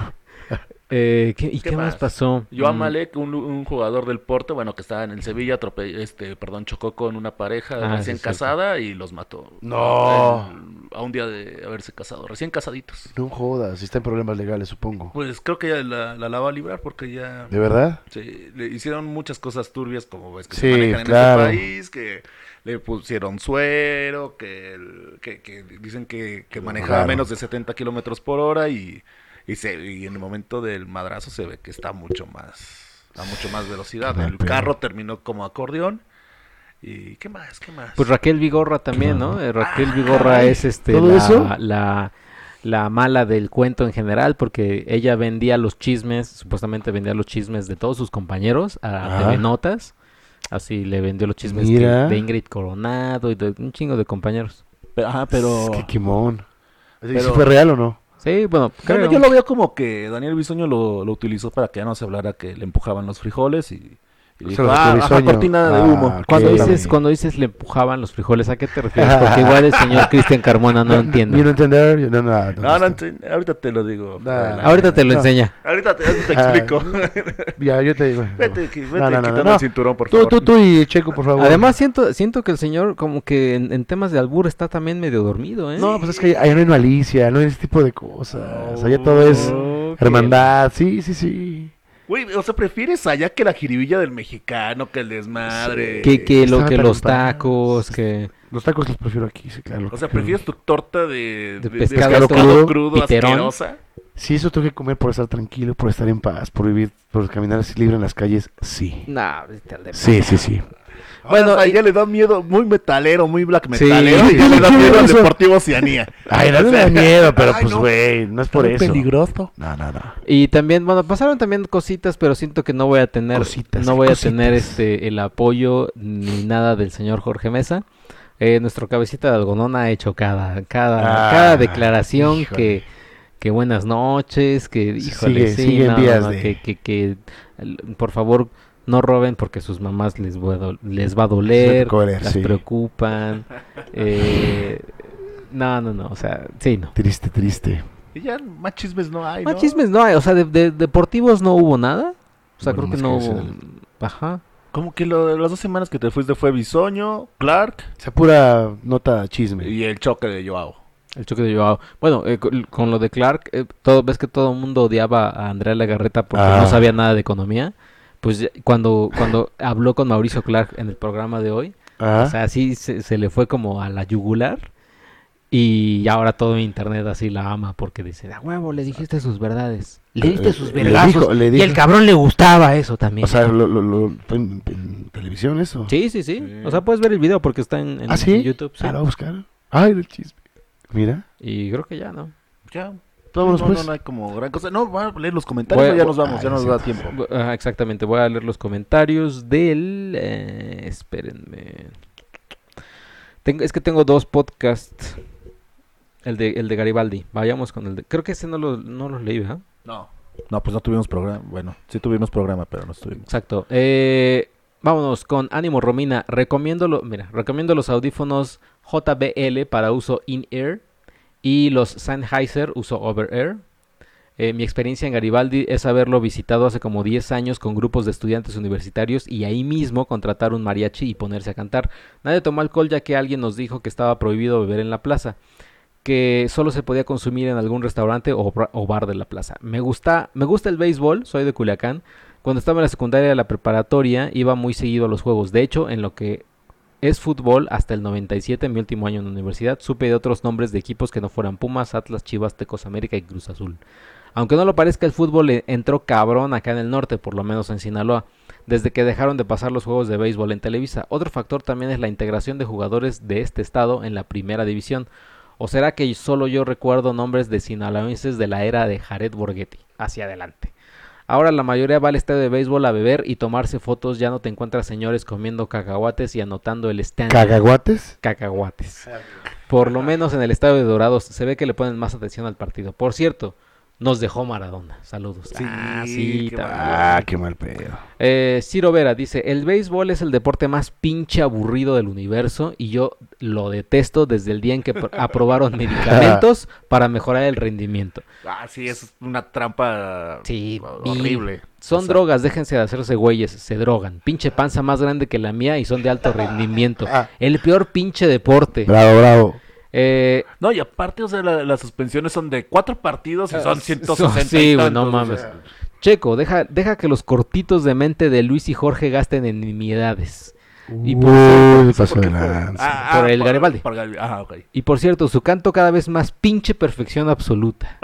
A: Eh, ¿qué- ¿Y
C: ¿Qué
A: qué, más
C: más?
A: pasó?
C: Yo
A: Mm.
C: Malek, un, un jugador del Porto, bueno, que estaba en el Sevilla, atrope- este, perdón, chocó con una pareja
A: Ah,
C: recién
A: sí, es cierto.
C: casada y los mató.
B: No.
C: El- a un día de haberse casado, recién casaditos.
B: No jodas, está en problemas legales, supongo.
C: Pues creo que ya la, la, la va a librar porque ya
B: ¿De verdad?
C: Sí, le hicieron muchas cosas turbias como ves que
B: Sí,
C: se manejan
B: claro.
C: en este país, que le pusieron suero, que, el- que, que dicen que, que manejaba
B: Claro.
C: menos de 70 kilómetros por hora y, y, se, y en el momento del madrazo se ve que está mucho más, a mucho más velocidad.
B: Ah,
C: El
B: pero-
C: carro terminó como acordeón y ¿qué más? ¿Qué más?
A: Pues Raquel Vigorra también, ¿no? Eh, Raquel Vigorra
C: caray.
A: es este
B: Ah, ¿Todo
A: la,
B: eso?
A: la la mala del cuento en general porque ella vendía los chismes, supuestamente vendía los chismes de todos sus compañeros a
B: Ajá.
A: TV Notas. Así le vendió los chismes que-
B: Ah. Mira.
A: de Ingrid Coronado y de un chingo de compañeros.
C: Pero- ajá, pero...
B: Qué quimón. ¿Sí
C: Pero-
B: fue real o no?
A: Sí, bueno,
C: Bueno,
A: creo.
C: yo lo veo como que Daniel Bisoño lo, lo utilizó para que ya no se hablara que le empujaban los frijoles y, y
B: Se
C: dijo,
B: los
C: ah,
B: utilizó
C: ajá,
B: yo".
C: cortina de
B: Ah,
C: humo.
B: ok.
A: Cuando
B: que-
A: dices, cuando dices le empujaban los frijoles, ¿a qué te refieres? Porque igual el señor Cristian Carmona no
B: Yo no
A: entiende.
B: entender. yo- No, no,
C: No, no,
B: está.
C: enti- ahorita te lo digo.
B: No.
C: Adelante.
A: Ahorita te lo
B: No.
A: enseña.
C: Ahorita te, ahorita te
B: Ah.
C: explico.
B: Ya, yo te digo.
C: vete aquí, vete
B: No, no, no,
C: quitando
B: no.
C: el cinturón, por
B: Tú,
C: favor.
B: tú, tú y Checo, por favor.
A: Además siento siento que el señor como que en, en temas de albur está también medio dormido, ¿eh?
B: No, pues es que ahí no hay malicia, no hay ese tipo de cosas. Allá todo
A: pues,
B: es
A: Oh, Ok.
B: hermandad. Sí, sí, sí.
C: Güey, o sea, prefieres allá que la jiribilla del mexicano, que el desmadre.
A: Que, que lo
B: Estaba
A: que los
B: preguntando.
A: tacos, que
B: Los tacos los prefiero aquí, sí, claro.
C: O sea, prefieres tu torta de,
A: De pescado
B: crudo,
C: crudo
A: piterón.
C: asquerosa.
B: Si eso tengo que comer por estar tranquilo, por estar en paz, por vivir, por caminar así libre en las calles, sí.
A: Nah, vete al de-
B: Sí, sí, sí.
C: Bueno, ahí ya le da miedo, muy metalero, muy black
A: Sí.
C: metalero. y ya le da
B: Sí,
C: miedo al
B: eso.
C: Deportivo Oceanía.
B: Ay, no me da miedo, pero pues, güey, no. es por
C: Muy
B: eso.
C: peligroso.
B: No, no, no.
A: Y también, bueno, pasaron también cositas, pero siento que no voy a tener
B: Cositas,
A: no
B: ¿qué
A: voy a
B: cositas?
A: tener este el apoyo ni nada del señor Jorge Mesa. Eh, nuestro cabecita de algodón ha hecho cada cada
B: Ah,
A: cada declaración
B: híjole.
A: que que buenas noches, que
B: Sí,
A: híjole,
B: sigue-
A: sí,
B: sigue en
A: no, no,
B: vías
A: no,
B: de-
A: que, que, que, l- por favor no roben porque sus mamás les va a, do- les va a doler,
B: doler,
A: las
B: sí.
A: preocupan. eh, no, no, no, o sea, sí, no.
B: Triste, triste.
C: Y ya más chismes no hay,
A: Más
C: ¿no?
A: Ah, chismes no hay, o sea, de, de deportivos no hubo nada. O sea,
B: Bueno,
A: creo que no
B: más que
A: hubo.
B: ese
A: Ajá.
C: Como que lo de las dos semanas que te fuiste fue Bisoño, Clark
B: O sea, pura nota chisme.
C: y el choque de Joao.
A: El choque de Joao. Bueno, eh, con, con lo de Clark, eh, todo, ves que todo el mundo odiaba a Andrea Legarreta porque
B: Ah.
A: no sabía nada de economía. Pues ya- cuando, cuando habló con Mauricio Clark en el programa de hoy,
B: Ah,
A: o sea, sí se, se le fue como a la yugular. Y ahora todo internet así la ama porque dice, a huevo, le dijiste sus verdades. Le diste sus
B: Eh, Le
A: verdades.
B: dijo- le
A: Y
B: dijo-
A: el cabrón le gustaba eso también.
B: o sea, lo, lo, lo- fue en, en televisión eso.
A: Sí, sí, sí,
C: Sí.
A: O sea, puedes ver el video porque está en, en-
B: ¿Ah, sí?
A: en YouTube. sí.
B: Ah, lo voy a buscar. Ay, el chisme. Mira.
A: Y creo que ya, ¿no?
C: Ya.
B: Vámonos,
C: no,
B: pues.
C: no, no hay como gran cosa. No, van a leer los comentarios,
A: Voy-
C: ya nos vamos,
B: Ah,
C: ya nos
B: sí,
C: da
B: sí,
C: tiempo.
A: Bu- ajá, exactamente. Voy a leer los comentarios del... eh, espérenme. Tengo, es que tengo dos podcasts. El de, el de Garibaldi. Vayamos con el de... Creo que ese no lo, no lo leí, ¿verdad?
C: No. No, pues no tuvimos programa. Bueno, sí tuvimos programa, pero no estuvimos.
A: Exacto. Eh, vámonos con Ánimo Romina. Recomiendo, lo- mira, recomiendo los audífonos JBL para uso in-ear y los Sennheiser uso over-ear. Eh, mi experiencia en Garibaldi es haberlo visitado hace como 10 años con grupos de estudiantes universitarios y ahí mismo contratar un mariachi y ponerse a cantar. Nadie tomó alcohol ya que alguien nos dijo que estaba prohibido beber en la plaza, que solo se podía consumir en algún restaurante o, bra- o bar de la plaza. Me gusta, me gusta el béisbol, soy de Culiacán. Cuando estaba en la secundaria de la preparatoria iba muy seguido a los juegos. De hecho, en lo que es fútbol, hasta el 97, en mi último año en la universidad, supe de otros nombres de equipos que no fueran Pumas, Atlas, Chivas, Tecos América y Cruz Azul. Aunque no lo parezca, el fútbol e- entró cabrón acá en el norte, por lo menos en Sinaloa, desde que dejaron de pasar los juegos de béisbol en Televisa. Otro factor también es la integración de jugadores de este estado en la primera división. ¿O será que solo yo recuerdo nombres de sinaloenses de la era de Jared Borghetti? Hacia adelante. Ahora la mayoría va al estadio de béisbol a beber y tomarse fotos. Ya no te encuentras señores comiendo cacahuates y anotando el stand
B: ¿Cagaguates?
A: cacahuates. Por lo menos en el estadio de Dorados se ve que le ponen más atención al partido. Por cierto, nos dejó Maradona. Saludos. ah, sí,
C: qué
A: también.
B: Ah, qué mal pedo.
A: Eh, Ciro Vera dice, el béisbol es el deporte más pinche aburrido del universo y yo lo detesto desde el día en que pro- aprobaron medicamentos para mejorar el rendimiento.
C: Ah, sí, es una trampa
A: Sí,
C: horrible.
A: vi- Son
C: O sea,
A: drogas, déjense de hacerse güeyes, se drogan. Pinche panza más grande que la mía y son de alto rendimiento. El peor pinche deporte.
B: Bravo, bravo.
A: Eh,
C: No, y aparte, o sea, la- las suspensiones son de cuatro partidos y son 160 y
A: sí, güey, no
C: tantos, o
A: mames.
C: sea.
A: Checo, deja, deja que los cortitos de mente de Luis y Jorge gasten en nimiedades. Y por cierto,
B: Uy, pasó de
C: ¿Por qué?
B: lanza.
C: Ah,
A: Por el Garibaldi.
C: por Garibaldi. Ah, ok.
A: y por cierto, su canto cada vez más pinche perfección absoluta.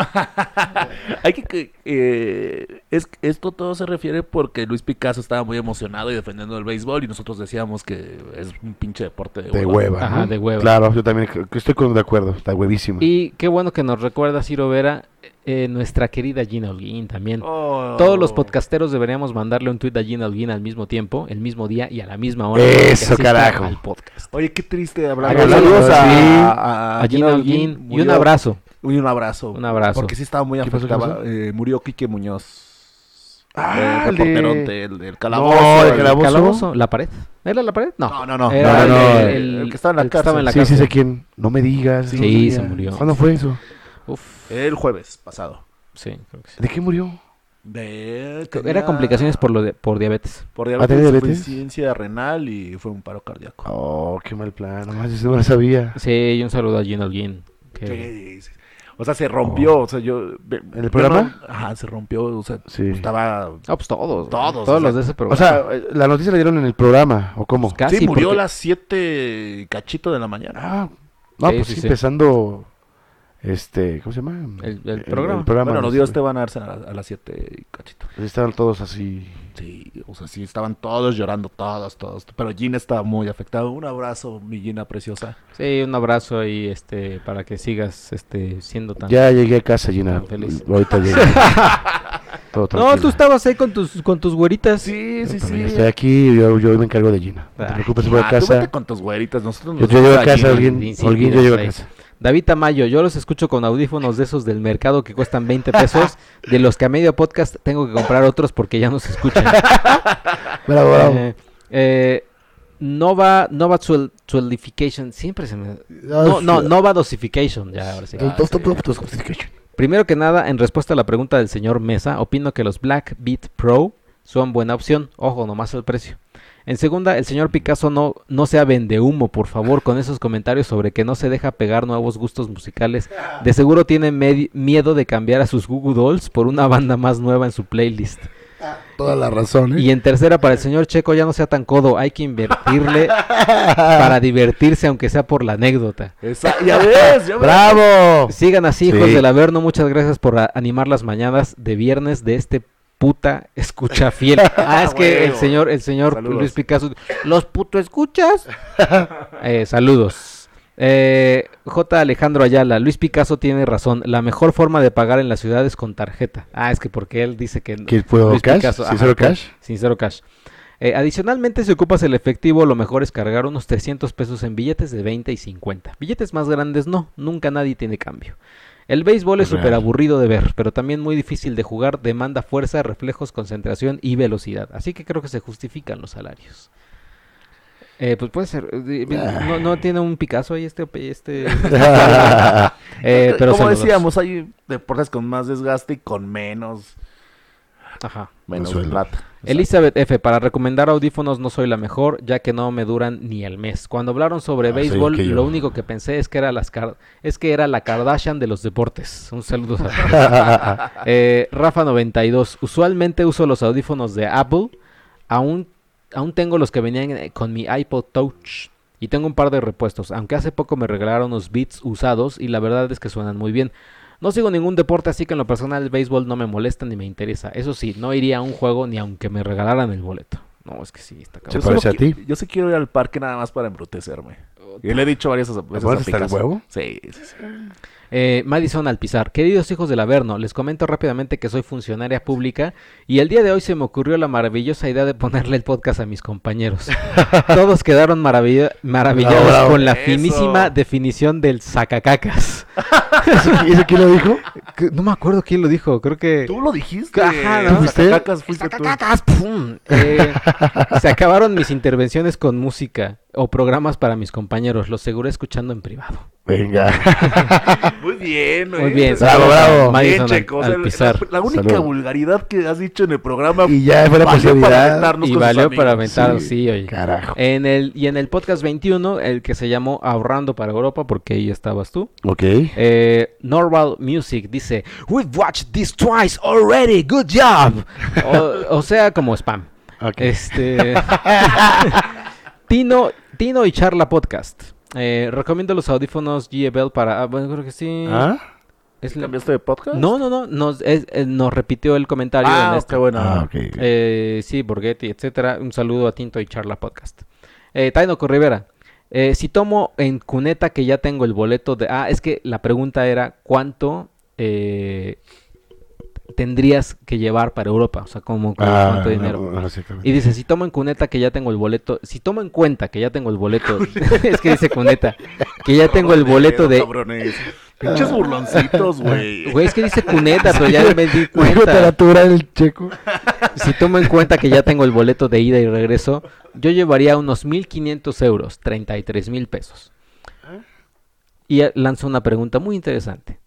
C: Hay que- que... eh, es, esto todo se refiere porque Luis Picasso estaba muy emocionado y defendiendo el béisbol y nosotros decíamos que es un pinche deporte de,
B: De
C: hueva.
B: hueva.
A: Ajá,
B: ¿no?
A: de hueva.
B: Claro, yo también creo que estoy con- de acuerdo. Está huevísima.
A: Y qué bueno que nos recuerda Ciro Vera, eh, nuestra querida Gina Holguín también.
C: Oh.
A: Todos los podcasteros deberíamos mandarle un tweet a Gina Holguín al mismo tiempo, el mismo día y a la misma hora. para que
B: Eso,
A: asista
B: carajo.
A: Al podcast.
C: Oye, qué triste hablar.
B: Hágalo,
C: Saludos
B: sí.
C: a, a-
A: A Gina Holguín. Y un
C: murió-
A: abrazo.
C: Y un abrazo.
A: Un abrazo.
C: Porque sí estaba muy
B: ¿Qué pasó, qué
C: afectado.
B: pasó?
C: Eh, murió Quique Muñoz.
B: Ah,
C: el
B: el de-
C: reportero del, del calabozo.
B: No, el
C: el-
B: calabozo.
A: Calabozo, ¿La pared? ¿Era la pared? No.
C: No, no, no.
A: Era
B: No,
A: el,
B: no, no,
A: el-
C: el que estaba en la
A: el que estaba en la
B: sí, sí
A: cárcel.
B: sé quién. No me digas.
A: Sí,
B: no me
A: se
B: digas.
A: murió.
B: ¿Cuándo fue eso?
A: Uf,
C: El jueves pasado.
A: sí, creo que sí.
B: ¿De qué murió?
C: De-
A: Era
C: tenía-
A: complicaciones por, lo de- por diabetes. Ah,
C: Por
B: ¿Ah, tenía
C: diabetes,
B: diabetes?
C: insuficiencia renal y fue un paro cardíaco.
B: Oh, qué mal plan. Nomás eso no la sabía.
A: Sí, y un saludo a Gina Holguín. que-
C: Sí, sí, sí. O sea, se rompió.
A: Oh.
C: O sea, yo.
B: ¿En el programa?
C: Ajá, se rompió. O sea,
B: Sí.
C: estaba.
A: Ah, pues todos.
C: Todos,
A: Todos.
C: o sea,
A: Todos los de ese
B: O
A: programa.
B: sea, eh, la noticia la dieron en el programa, ¿o cómo?
A: Pues casi.
C: sí, murió
A: porque-
C: a las 7 cachito de la mañana.
B: Ah, no,
A: Sí,
B: pues
A: sí,
B: sí,
A: sí.
B: empezando. Este, ¿cómo se llama?
A: El- el programa.
C: bueno, nos dio
B: este.
C: Esteban Arce a, la- a las 7 cachito.
B: Estaban todos así.
C: Sí, o sea, sí, estaban todos llorando, todos, todos. Pero Gina estaba muy afectada. Un abrazo, mi Gina preciosa.
A: Sí, un abrazo ahí este, para que sigas este, siendo tan...
B: Ya llegué a casa, Gina.
A: Tan feliz.
B: Ahorita llegué. Todo
A: no,
B: tranquilo.
A: tú estabas ahí con tus, con tus güeritas.
C: Sí, sí,
B: También Estoy aquí, yo, yo me encargo de Gina. No te
A: Ay,
B: preocupes, Pues voy a
C: Ah, tú vete
B: casa.
C: con tus güeritas, nosotros
B: Yo,
C: nos
B: yo
C: vamos
B: llego a
C: Gina.
B: casa, Holguín.
A: Insipidas,
B: Holguín, yo llego a
A: ahí.
B: casa.
A: David Tamayo, yo los escucho con audífonos de esos del mercado que cuestan 20 pesos, de los que a medio podcast tengo que comprar otros porque ya no se escuchan.
B: Bravo, bravo.
A: Eh, eh, Nova, Nova Twel- Twelification, siempre se me... No, no, Nova Dosification, ya, ahora sí.
B: Ah, sí.
A: Primero que nada, en respuesta a la pregunta del señor Mesa, opino que los Black Beat Pro son buena opción. Ojo, nomás el precio. En segunda, el señor Picasso no, no sea vendehumo, por favor, con esos comentarios sobre que no se deja pegar nuevos gustos musicales. De seguro tiene medi- miedo de cambiar a sus Google Dolls por una banda más nueva en su playlist.
B: Toda la razón, ¿eh?
A: Y en tercera, para el señor Checo ya no sea tan codo, hay que invertirle para divertirse, aunque sea por la anécdota.
C: Esa- ya ves, ya ves.
B: ¡Bravo!
A: Sigan así,
B: Sí.
A: hijos del Averno. Muchas gracias por a- animar las mañanas de viernes de este puta escucha fiel. Ah, es que el
C: Huevo.
A: señor, el señor
C: Saludos.
A: Luis Picasso. Los puto escuchas. Eh, saludos. Eh, J. Alejandro Ayala, Luis Picasso tiene razón. La mejor forma de pagar en la ciudad es con tarjeta. Ah, es que porque él dice que
B: ¿Qué puedo
A: Luis
B: cash?
A: Picasso, ajá,
B: ¿Sincero
A: que-
B: cash?
A: Sincero Cash. Eh, adicionalmente, si ocupas el efectivo, lo mejor es cargar unos 300 pesos en billetes de 20 y 50. Billetes más grandes no, nunca nadie tiene cambio. El béisbol es
B: Real.
A: súper aburrido de ver, pero también muy difícil de jugar, demanda fuerza, reflejos, concentración y velocidad. Así que creo que se justifican los salarios. Eh, pues puede ser. eh, No, no tiene un Picasso ahí este... este... Eh, pero
C: Como
A: saludos.
C: decíamos, hay deportes con más desgaste y con menos,
A: Ajá.
C: menos
B: Consuelo.
C: plata.
A: Elizabeth F, para recomendar audífonos no soy la mejor, ya que no me duran ni el mes. Cuando hablaron sobre
B: Ah, soy
A: béisbol,
B: aquello.
A: lo único que pensé es que era las Kar- es que era la Kardashian de los deportes. Un saludo a eh, Rafa 92. Usualmente uso los audífonos de Apple, aún aún tengo los que venían eh, con mi iPod Touch y tengo un par de repuestos, aunque hace poco me regalaron unos Beats usados y la verdad es que suenan muy bien. No sigo ningún deporte, así que en lo personal el béisbol no me molesta ni me interesa. Eso sí, no iría a un juego ni aunque me regalaran el boleto. No, es que sí, está
B: ¿Se
A: cabrón.
C: solo
B: parece a
C: qui-
B: ti? Oh,
C: Yo sí quiero ir al parque nada más para embrutecerme. Y le he dicho varias veces a
B: pones hasta el
C: Picasso.
B: huevo?
C: Sí, sí, sí.
A: Eh, Madison Alpizar, queridos hijos del Averno, les comento rápidamente que soy funcionaria pública y el día de hoy se me ocurrió la maravillosa idea de ponerle el podcast a mis compañeros. Todos quedaron maravillo- maravillados
B: Bravo, bravo.
A: con la
C: Eso.
A: finísima definición del sacacacas.
B: ¿Eso, eso quién lo dijo?
A: Que- No me acuerdo quién lo dijo, creo que...
C: Tú lo dijiste.
A: Ajá, ¿no?
C: Fuiste- Sacacacas fuiste tú.
A: ¡Sacacacas! ¡Pum! Eh, se acabaron mis intervenciones con música o programas para mis compañeros, los seguro escuchando en privado.
B: Venga.
C: Muy bien, pues,
A: Muy bien,
B: Bravo,
A: saludos a
B: bravo.
A: Madison
C: Bien,
A: al-
C: Checo. O sea,
A: Alpizar.
C: la, la única
B: Salud.
C: vulgaridad que has dicho en el programa
B: Y ya fue la
C: valió para
B: posibilidad.
C: aventarnos
A: y
C: con sus
A: valió para
C: amigos.
A: aventar, sí,
B: Sí,
A: oye.
B: Carajo.
A: En el, y en el podcast 21, el que se llamó Ahorrando para Europa, porque ahí estabas tú,
B: Ok.
A: eh, Normal Music dice, We've watched this twice already, good job. O, o sea, como spam.
B: Ok.
A: Este.
B: ¿Ah?
A: Tino, Tino y Charla Podcast. Eh, recomiendo los audífonos GE Bell para. ah, bueno, creo que sí.
B: ¿Ah?
A: Es la-
C: ¿Cambiaste de podcast?
A: No, no, no. Nos, es- eh, nos repitió el comentario
C: Ah,
A: en
C: ok,
A: este.
C: bueno.
B: Ah, ok.
A: Eh, sí, Borghetti, etcétera. Un saludo a Tinto y Charla Podcast. Eh, Tainoco Rivera. eh, si tomo en cuneta que ya tengo el boleto de. Ah, es que la pregunta era: ¿cuánto eh, tendrías que llevar para Europa? O sea, como, como
B: Ah,
A: cuánto
B: no,
A: dinero.
B: no, exactamente.
A: Y dice, si tomo en cuneta que ya tengo el boleto, si tomo en cuenta que ya tengo el boleto, es que dice cuneta, que ya tengo el boleto de...
C: Cabrones.
B: Ah.
C: Pinches burloncitos, güey.
A: Güey, es que dice cuneta, pero ya me di
B: Una
A: cuenta.
B: literatura del checo.
A: Si tomo en cuenta que ya tengo el boleto de ida y regreso, yo llevaría unos 1.500 euros, 33 mil pesos. Y eh, lanzo una pregunta muy interesante.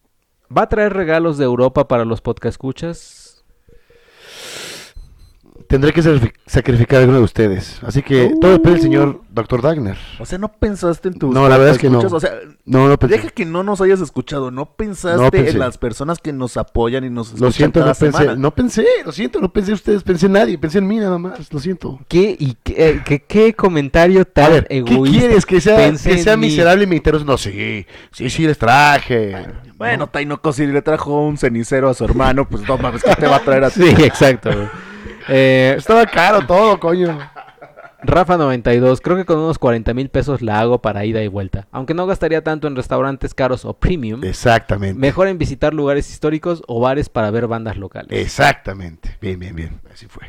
A: ¿Va a traer regalos de Europa para los podcastcuchas?
B: Tendré que sacrifi- sacrificar a alguno de ustedes. Así que todo depende del señor Dr. Dagner.
C: O sea, no pensaste en tus.
B: No, la verdad es que no.
C: escuchas, O sea,
B: No, no
C: deja
B: pensé.
C: que no nos hayas escuchado. No pensaste
B: No pensé.
C: en las personas que nos apoyan y nos escuchan
B: Lo siento,
C: cada
B: no pensé.
C: semana.
B: No pensé, lo siento, no pensé en ustedes, pensé en nadie, pensé en mí nada más, lo siento.
A: ¿Qué, y qué, eh, qué- qué comentario
B: A
A: tan
B: ver, ¿qué
A: egoísta?
B: quieres? ¿Que sea,
A: Pensé
B: que
A: en
B: sea
A: mí.
B: miserable y me interesa? No, sí, sí, sí, les traje.
C: Bueno, Taino Cosi le trajo un cenicero a su hermano. Pues no mames, ¿qué te va a traer a ti?
A: Sí, exacto. güey. Eh,
B: Estaba caro todo, coño.
A: Rafa92, creo que con unos 40 mil pesos la hago para ida y vuelta. Aunque no gastaría tanto en restaurantes caros o premium,
B: Exactamente.
A: mejor en visitar lugares históricos o bares para ver bandas locales.
B: Exactamente. Bien, bien, bien. Así fue.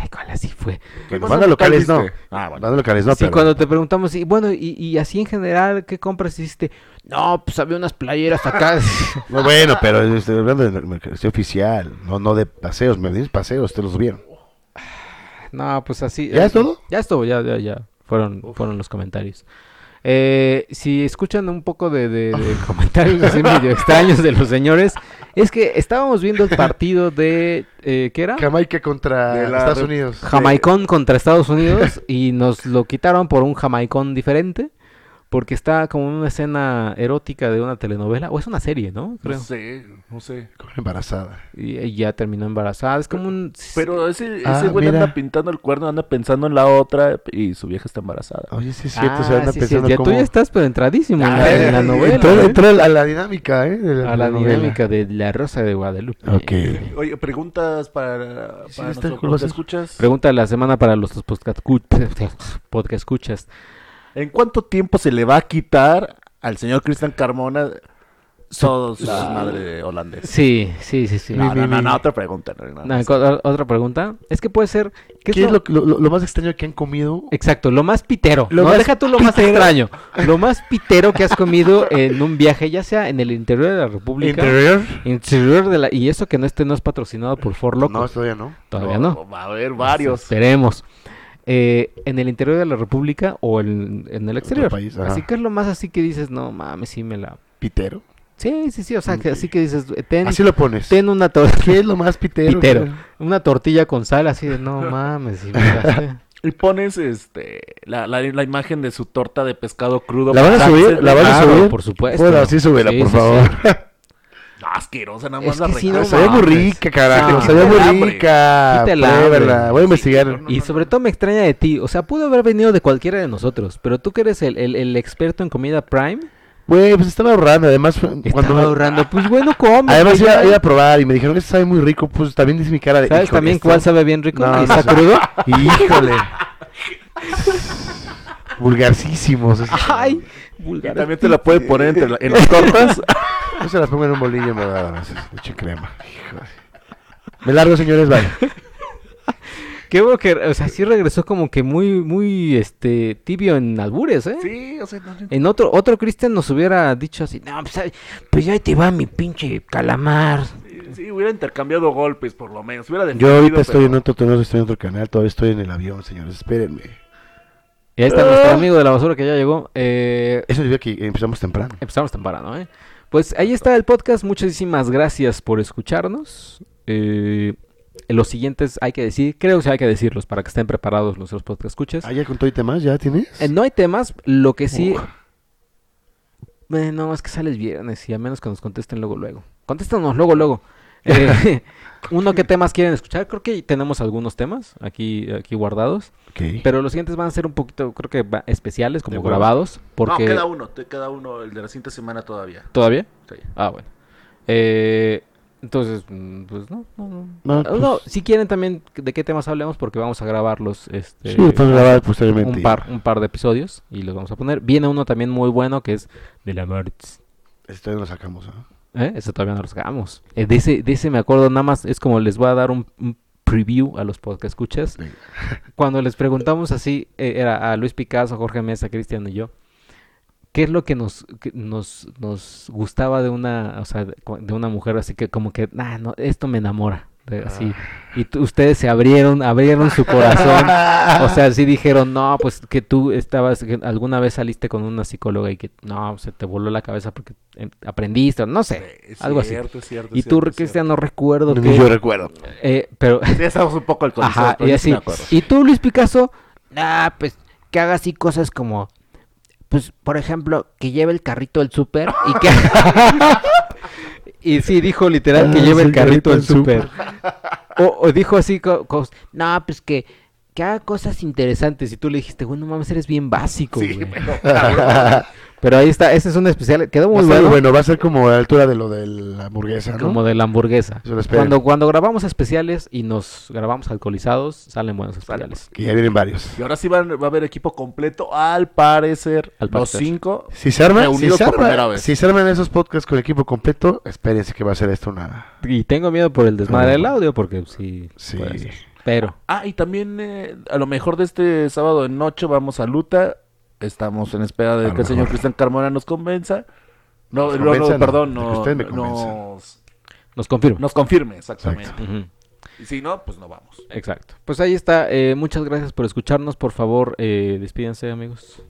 A: Ay, cuál así fue.
B: Bueno,
C: cosa
B: bandas
C: local
B: locales no.
C: viste? Ah, bueno.
B: Bandas locales no,
A: sí,
B: pero-
A: cuando te preguntamos, y bueno, y, y así en general, ¿qué compras hiciste? No, pues había unas playeras acá.
B: No, bueno, pero estoy hablando de mercancía oficial, no, no de paseos. Me dices paseos, te los vieron.
A: no, pues así.
B: ¿Ya
A: eh,
B: es todo?
A: Ya estuvo, ya, ya, ya. Fueron, fueron los comentarios. Eh, si escuchan un poco de, de- de comentarios así medio extraños de los señores, es que estábamos viendo el partido de. eh, ¿Qué era?
B: Jamaica contra
C: De la
B: Estados
C: re-
B: Unidos.
A: Jamaicón contra Estados Unidos y nos lo quitaron por un Jamaicón diferente. Porque está como en una escena erótica de una telenovela, o es una serie, ¿no? Creo.
C: No sé, no sé.
B: Con una embarazada.
A: Y, y ya terminó embarazada. Es como un.
C: Pero ese,
B: Ah,
C: ese güey
B: mira.
C: anda pintando el cuerno, anda pensando en la otra y su vieja está embarazada.
B: Oye, sí es
A: Ah,
B: cierto, se van a
A: sí, sí,
B: pensando
A: ya
B: cómo...
A: Tú ya estás, pero entradísimo en
C: Ah,
A: la, en la
C: eh,
A: novela.
B: Entró,
A: ¿eh?
B: entró a la dinámica, ¿eh? De
A: a la
B: novela.
A: dinámica de La Rosa de Guadalupe.
B: Ok.
C: Oye, preguntas para,
B: Sí,
C: para
B: está
C: nuestro
B: cool, va a ser-
C: escuchas.
A: Pregunta de la semana para los podcast, podcast escuchas.
C: ¿En cuánto tiempo se le va a quitar al señor Cristian Carmona toda su madre holandés?
A: Sí, sí, sí, sí.
C: No, no, no, no, otra pregunta. no, no, no.
A: No, co- Otra pregunta. Es que puede ser. ¿qué
B: ¿Qué,
A: es
B: es
A: lo-
B: lo, lo- lo más extraño que han comido?
A: Exacto, lo más pitero.
B: Lo
A: no
B: más
A: deja tú lo más extraño. Lo más pitero que has comido en un viaje, ya sea en el interior de la República.
B: ¿Interior?
A: Interior de la. Y eso que no este no es patrocinado por Forloco.
B: No, todavía no.
A: Todavía no.
C: Va a haber varios.
A: Esperemos. Eh, en el interior de la República o en, en el exterior.
B: país, ajá.
A: así que es lo más así que dices, no mames, sí me la.
B: ¿Pitero?
A: Sí, sí, sí. O sea, que
B: Ok.
A: así que dices, ten,
B: Mm. Así lo pones.
A: ten una, tor-
B: ¿Qué es lo más pitero?
A: pitero,
B: que-
A: una tortilla con sal, así de no mames. sí me la-
C: Y pones este la, la, la imagen de su torta de pescado crudo.
B: ¿La van a
C: para
B: subir?
C: Sánchez.
B: ¿La van a
A: Claro,
B: subir?
A: por supuesto.
B: Bueno, sí, súbela,
A: Sí,
B: por
A: sí, sí.
B: favor.
C: Ah, asquerosa, nada
A: Es
C: más la
A: que sí,
C: recuerdo.
A: no
B: Se ve muy
A: mames.
B: rica, carajo.
A: No,
B: Se ve muy
C: quítela, hombre.
B: rica.
A: Quítela,
B: Pruébala.
A: hombre.
B: Voy a investigar.
C: no,
A: Y
C: no,
A: sobre
C: no.
A: todo me extraña de ti. O sea, pudo haber venido de cualquiera de nosotros, pero tú que eres el, el- el experto en comida prime,
B: Güey, pues estaba ahorrando, además fue-
A: Estaba
B: cuando me-
A: ahorrando. Pues bueno, come.
B: Además
A: güey,
B: iba,
A: ya.
B: iba a probar y me dijeron que sabe muy rico, pues también dice mi cara de...
A: ¿Sabes
B: "Híjole,
A: también
B: esto-
A: cuál sabe bien rico?
B: No,
A: ¿Y
B: no
A: ¿Está
B: sé.
A: crudo?
B: Híjole. Vulgarcísimos. esos.
A: Ay,
C: Y
A: vulgar.
C: también te la puede poner entre la- en las tortas.
B: No se las pongo en un bolillo me da no sé, mucha crema. Híjole. Me largo, señores, bye.
A: Qué bueno que, o sea, sí regresó como que muy, muy, este, tibio en albures, ¿eh?
C: sí, o sea, no, no.
A: En otro, otro Cristian nos hubiera dicho así, no, pues, ay, pues ya ahí te va mi pinche calamar.
C: Sí, hubiera intercambiado golpes por lo menos. Hubiera
B: Yo ahorita
C: defendido,
B: estoy
C: pero-
B: en otro tono, estoy en otro canal, todavía estoy en el avión, señores, espérenme.
A: Y ahí está
B: Ah.
A: nuestro amigo de la basura que ya llegó. Eh,
B: Eso significa que empezamos temprano.
A: empezamos temprano, ¿eh? Pues ahí está el podcast. Muchísimas gracias por escucharnos. Eh, los siguientes hay que decir, creo que hay que decirlos para que estén preparados los otros podcast escuchas.
B: Ah, ya con todo y temas, ¿ya tienes?
A: Eh, no hay temas, lo que sí... Eh, no, es que sales viernes y a menos que nos contesten luego, luego. Contéstanos luego, luego. Eh, uno, ¿qué temas quieren escuchar? Creo que tenemos algunos temas aquí, aquí guardados.
B: Ok.
A: Pero los siguientes van a ser un poquito, creo que va- especiales, como
B: De huevos.
A: grabados. Porque...
C: No, queda uno, te queda uno, el de la siguiente semana todavía.
A: ¿Todavía?
C: Sí.
A: Ah, bueno. Eh, entonces, mm, pues no, no, no.
B: No,
A: Ah, no,
B: pues-
A: si quieren también de qué temas hablemos, porque vamos a grabarlos este,
B: Sí, lo pueden grabar posteriormente.
A: un, par, un par de episodios y los vamos a poner. Viene uno también muy bueno que es de la Mertz.
B: Ese todavía no lo sacamos, ¿ah?
A: ¿Eh? Ese todavía no lo sacamos. Eh, de, ese, de ese me acuerdo, nada más es como les voy a dar un, un preview a los podcast escuchas.
B: Venga.
A: Cuando les preguntamos así, eh, era a Luis Picasso, Jorge Mesa, Cristian y yo, ¿qué es lo que nos, que nos, nos gustaba de una, o sea, de, cu- de una mujer así que como que, nah, no, esto me enamora? de- así. Y tú- ustedes se abrieron, abrieron su corazón. O sea, sí dijeron, no, pues que tú estabas, que alguna vez saliste con una psicóloga y que, no, se te voló la cabeza porque eh, aprendiste, o no sé, algo así.
C: así.
A: Y tú, Cristian, no recuerdo
B: Ni
A: que...
B: yo recuerdo.
A: eh, pero...
C: Sí, estamos un poco alcoholizados.
A: Ajá,
C: pero
A: y
C: yo sí
A: así.
C: me acuerdo.
A: Y tú, Luis Picasso, ah, pues que haga así cosas como, pues, por ejemplo, que lleve el carrito del súper y que... y sí, dijo literal que
B: Ah,
A: lleve
B: sí,
A: el carrito del súper. O, o dijo así, co- cos- no, pues que, que haga cosas interesantes. Y tú le dijiste, bueno, mames, eres bien básico,
C: Sí,
A: güey".
C: pero, cabrón.
A: Pero ahí está, ese es un especial, quedó
B: va
A: muy
B: a ser
A: bueno.
B: bueno, va a ser como a la altura de lo de la hamburguesa, ¿no?
A: Como de la hamburguesa.
B: Eso lo espero.
A: Cuando, cuando grabamos especiales y nos grabamos alcoholizados, salen buenos especiales.
B: Que ya vienen varios.
C: pues. Y ahora sí van- va a haber equipo completo, al parecer.
A: Al
C: los
A: parecer.
C: cinco.
B: Si se, arma, si,
C: Reunidos
B: se
C: por
B: arma-
C: primera vez.
B: si se arman esos podcasts con equipo completo, espérense que va a ser esto una...
A: Y tengo miedo por el desmadre
B: Ah.
A: del audio, porque sí.
B: Sí.
A: puede ser. Pero,
C: Ah, y también eh, a lo mejor de este sábado en noche vamos a Luta. Estamos en espera de
B: A
C: que
B: lo
C: el señor
B: mejor.
C: Cristian Carmona nos convenza. No,
B: Nos
C: no,
B: convenza,
C: no,
B: no,
C: perdón,
B: de que
C: no-
B: usted me convenza.
C: nos,
A: nos confirma.
C: nos confirme, exactamente.
B: Exacto.
A: Ujú,
C: Y si no, pues no vamos.
A: Exacto. Pues ahí está. eh, muchas gracias por escucharnos. Por favor, eh, despídense, amigos.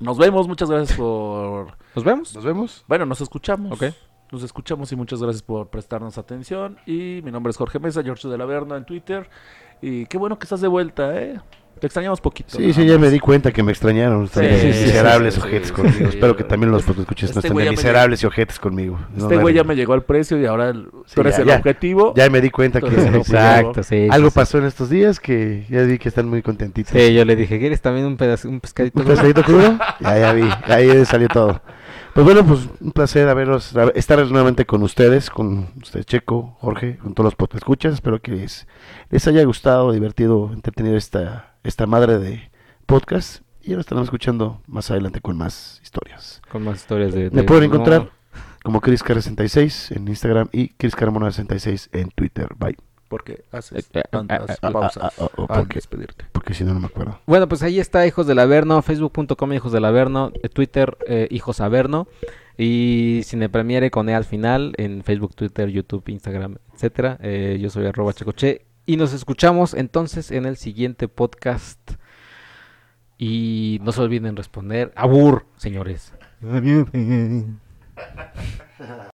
C: Nos vemos, muchas gracias por...
A: Nos vemos.
B: Nos vemos.
C: Bueno, nos escuchamos.
A: Ok.
C: Nos escuchamos y muchas gracias por prestarnos atención. Y mi nombre es Jorge Mesa, George de la Verna en Twitter. Y qué bueno que estás de vuelta, ¿eh? Te extrañamos poquito.
B: Sí,
C: nada
B: sí, ya
C: más.
B: me di cuenta que me extrañaron. Están
C: Sí,
A: sí, sí,
B: miserables
C: sí, sí,
B: ojetes
C: sí,
B: conmigo.
C: sí.
B: Espero que también los podcasts no
C: Este
B: estén
C: güey
B: de
C: ya me
B: miserables y ojetes conmigo. No,
C: Este
B: no,
C: güey ya
B: no.
C: me llegó al precio y ahora el-
B: Sí,
C: tú eres
B: ya,
C: el
B: ya.
C: objetivo.
B: Ya me di cuenta que...
C: Entonces, no, pues, ya.
A: Exacto, sí. sí,
B: Algo
A: sí.
B: pasó en estos días que ya vi que están muy contentitos.
A: Sí, yo le dije, ¿quieres también un, pedazo, un pescadito?
B: ¿Un placerito crudo? Ya, ya vi, ahí salió todo. Pues bueno, pues un placer haberos, hab- estar nuevamente con ustedes, con usted Checo, Jorge, con todos los escuchas. Espero que les, les haya gustado, divertido, entretenido esta, esta madre de podcast. Y ahora estaremos escuchando más adelante con más historias.
A: Con más historias de... de-
B: Me pueden
A: no.
B: encontrar como ChrisCar66 en Instagram y ChrisCarmona66 en Twitter. Bye.
C: Porque
A: Eh,
C: haces
A: eh, eh,
C: tantas
A: eh,
B: ah,
C: pausas
B: ah, ah,
C: al
B: porque-
C: despedirte.
B: Porque si no, no me acuerdo.
A: Bueno, pues ahí está Hijos del Averno, facebook.com Hijos del Averno, eh, Twitter eh, Hijos Averno y Cinepremiere con E al final en Facebook, Twitter, YouTube, Instagram, etcétera. Eh, yo soy arroba checoche y nos escuchamos entonces en el siguiente podcast. Y no se olviden responder. Abur, señores.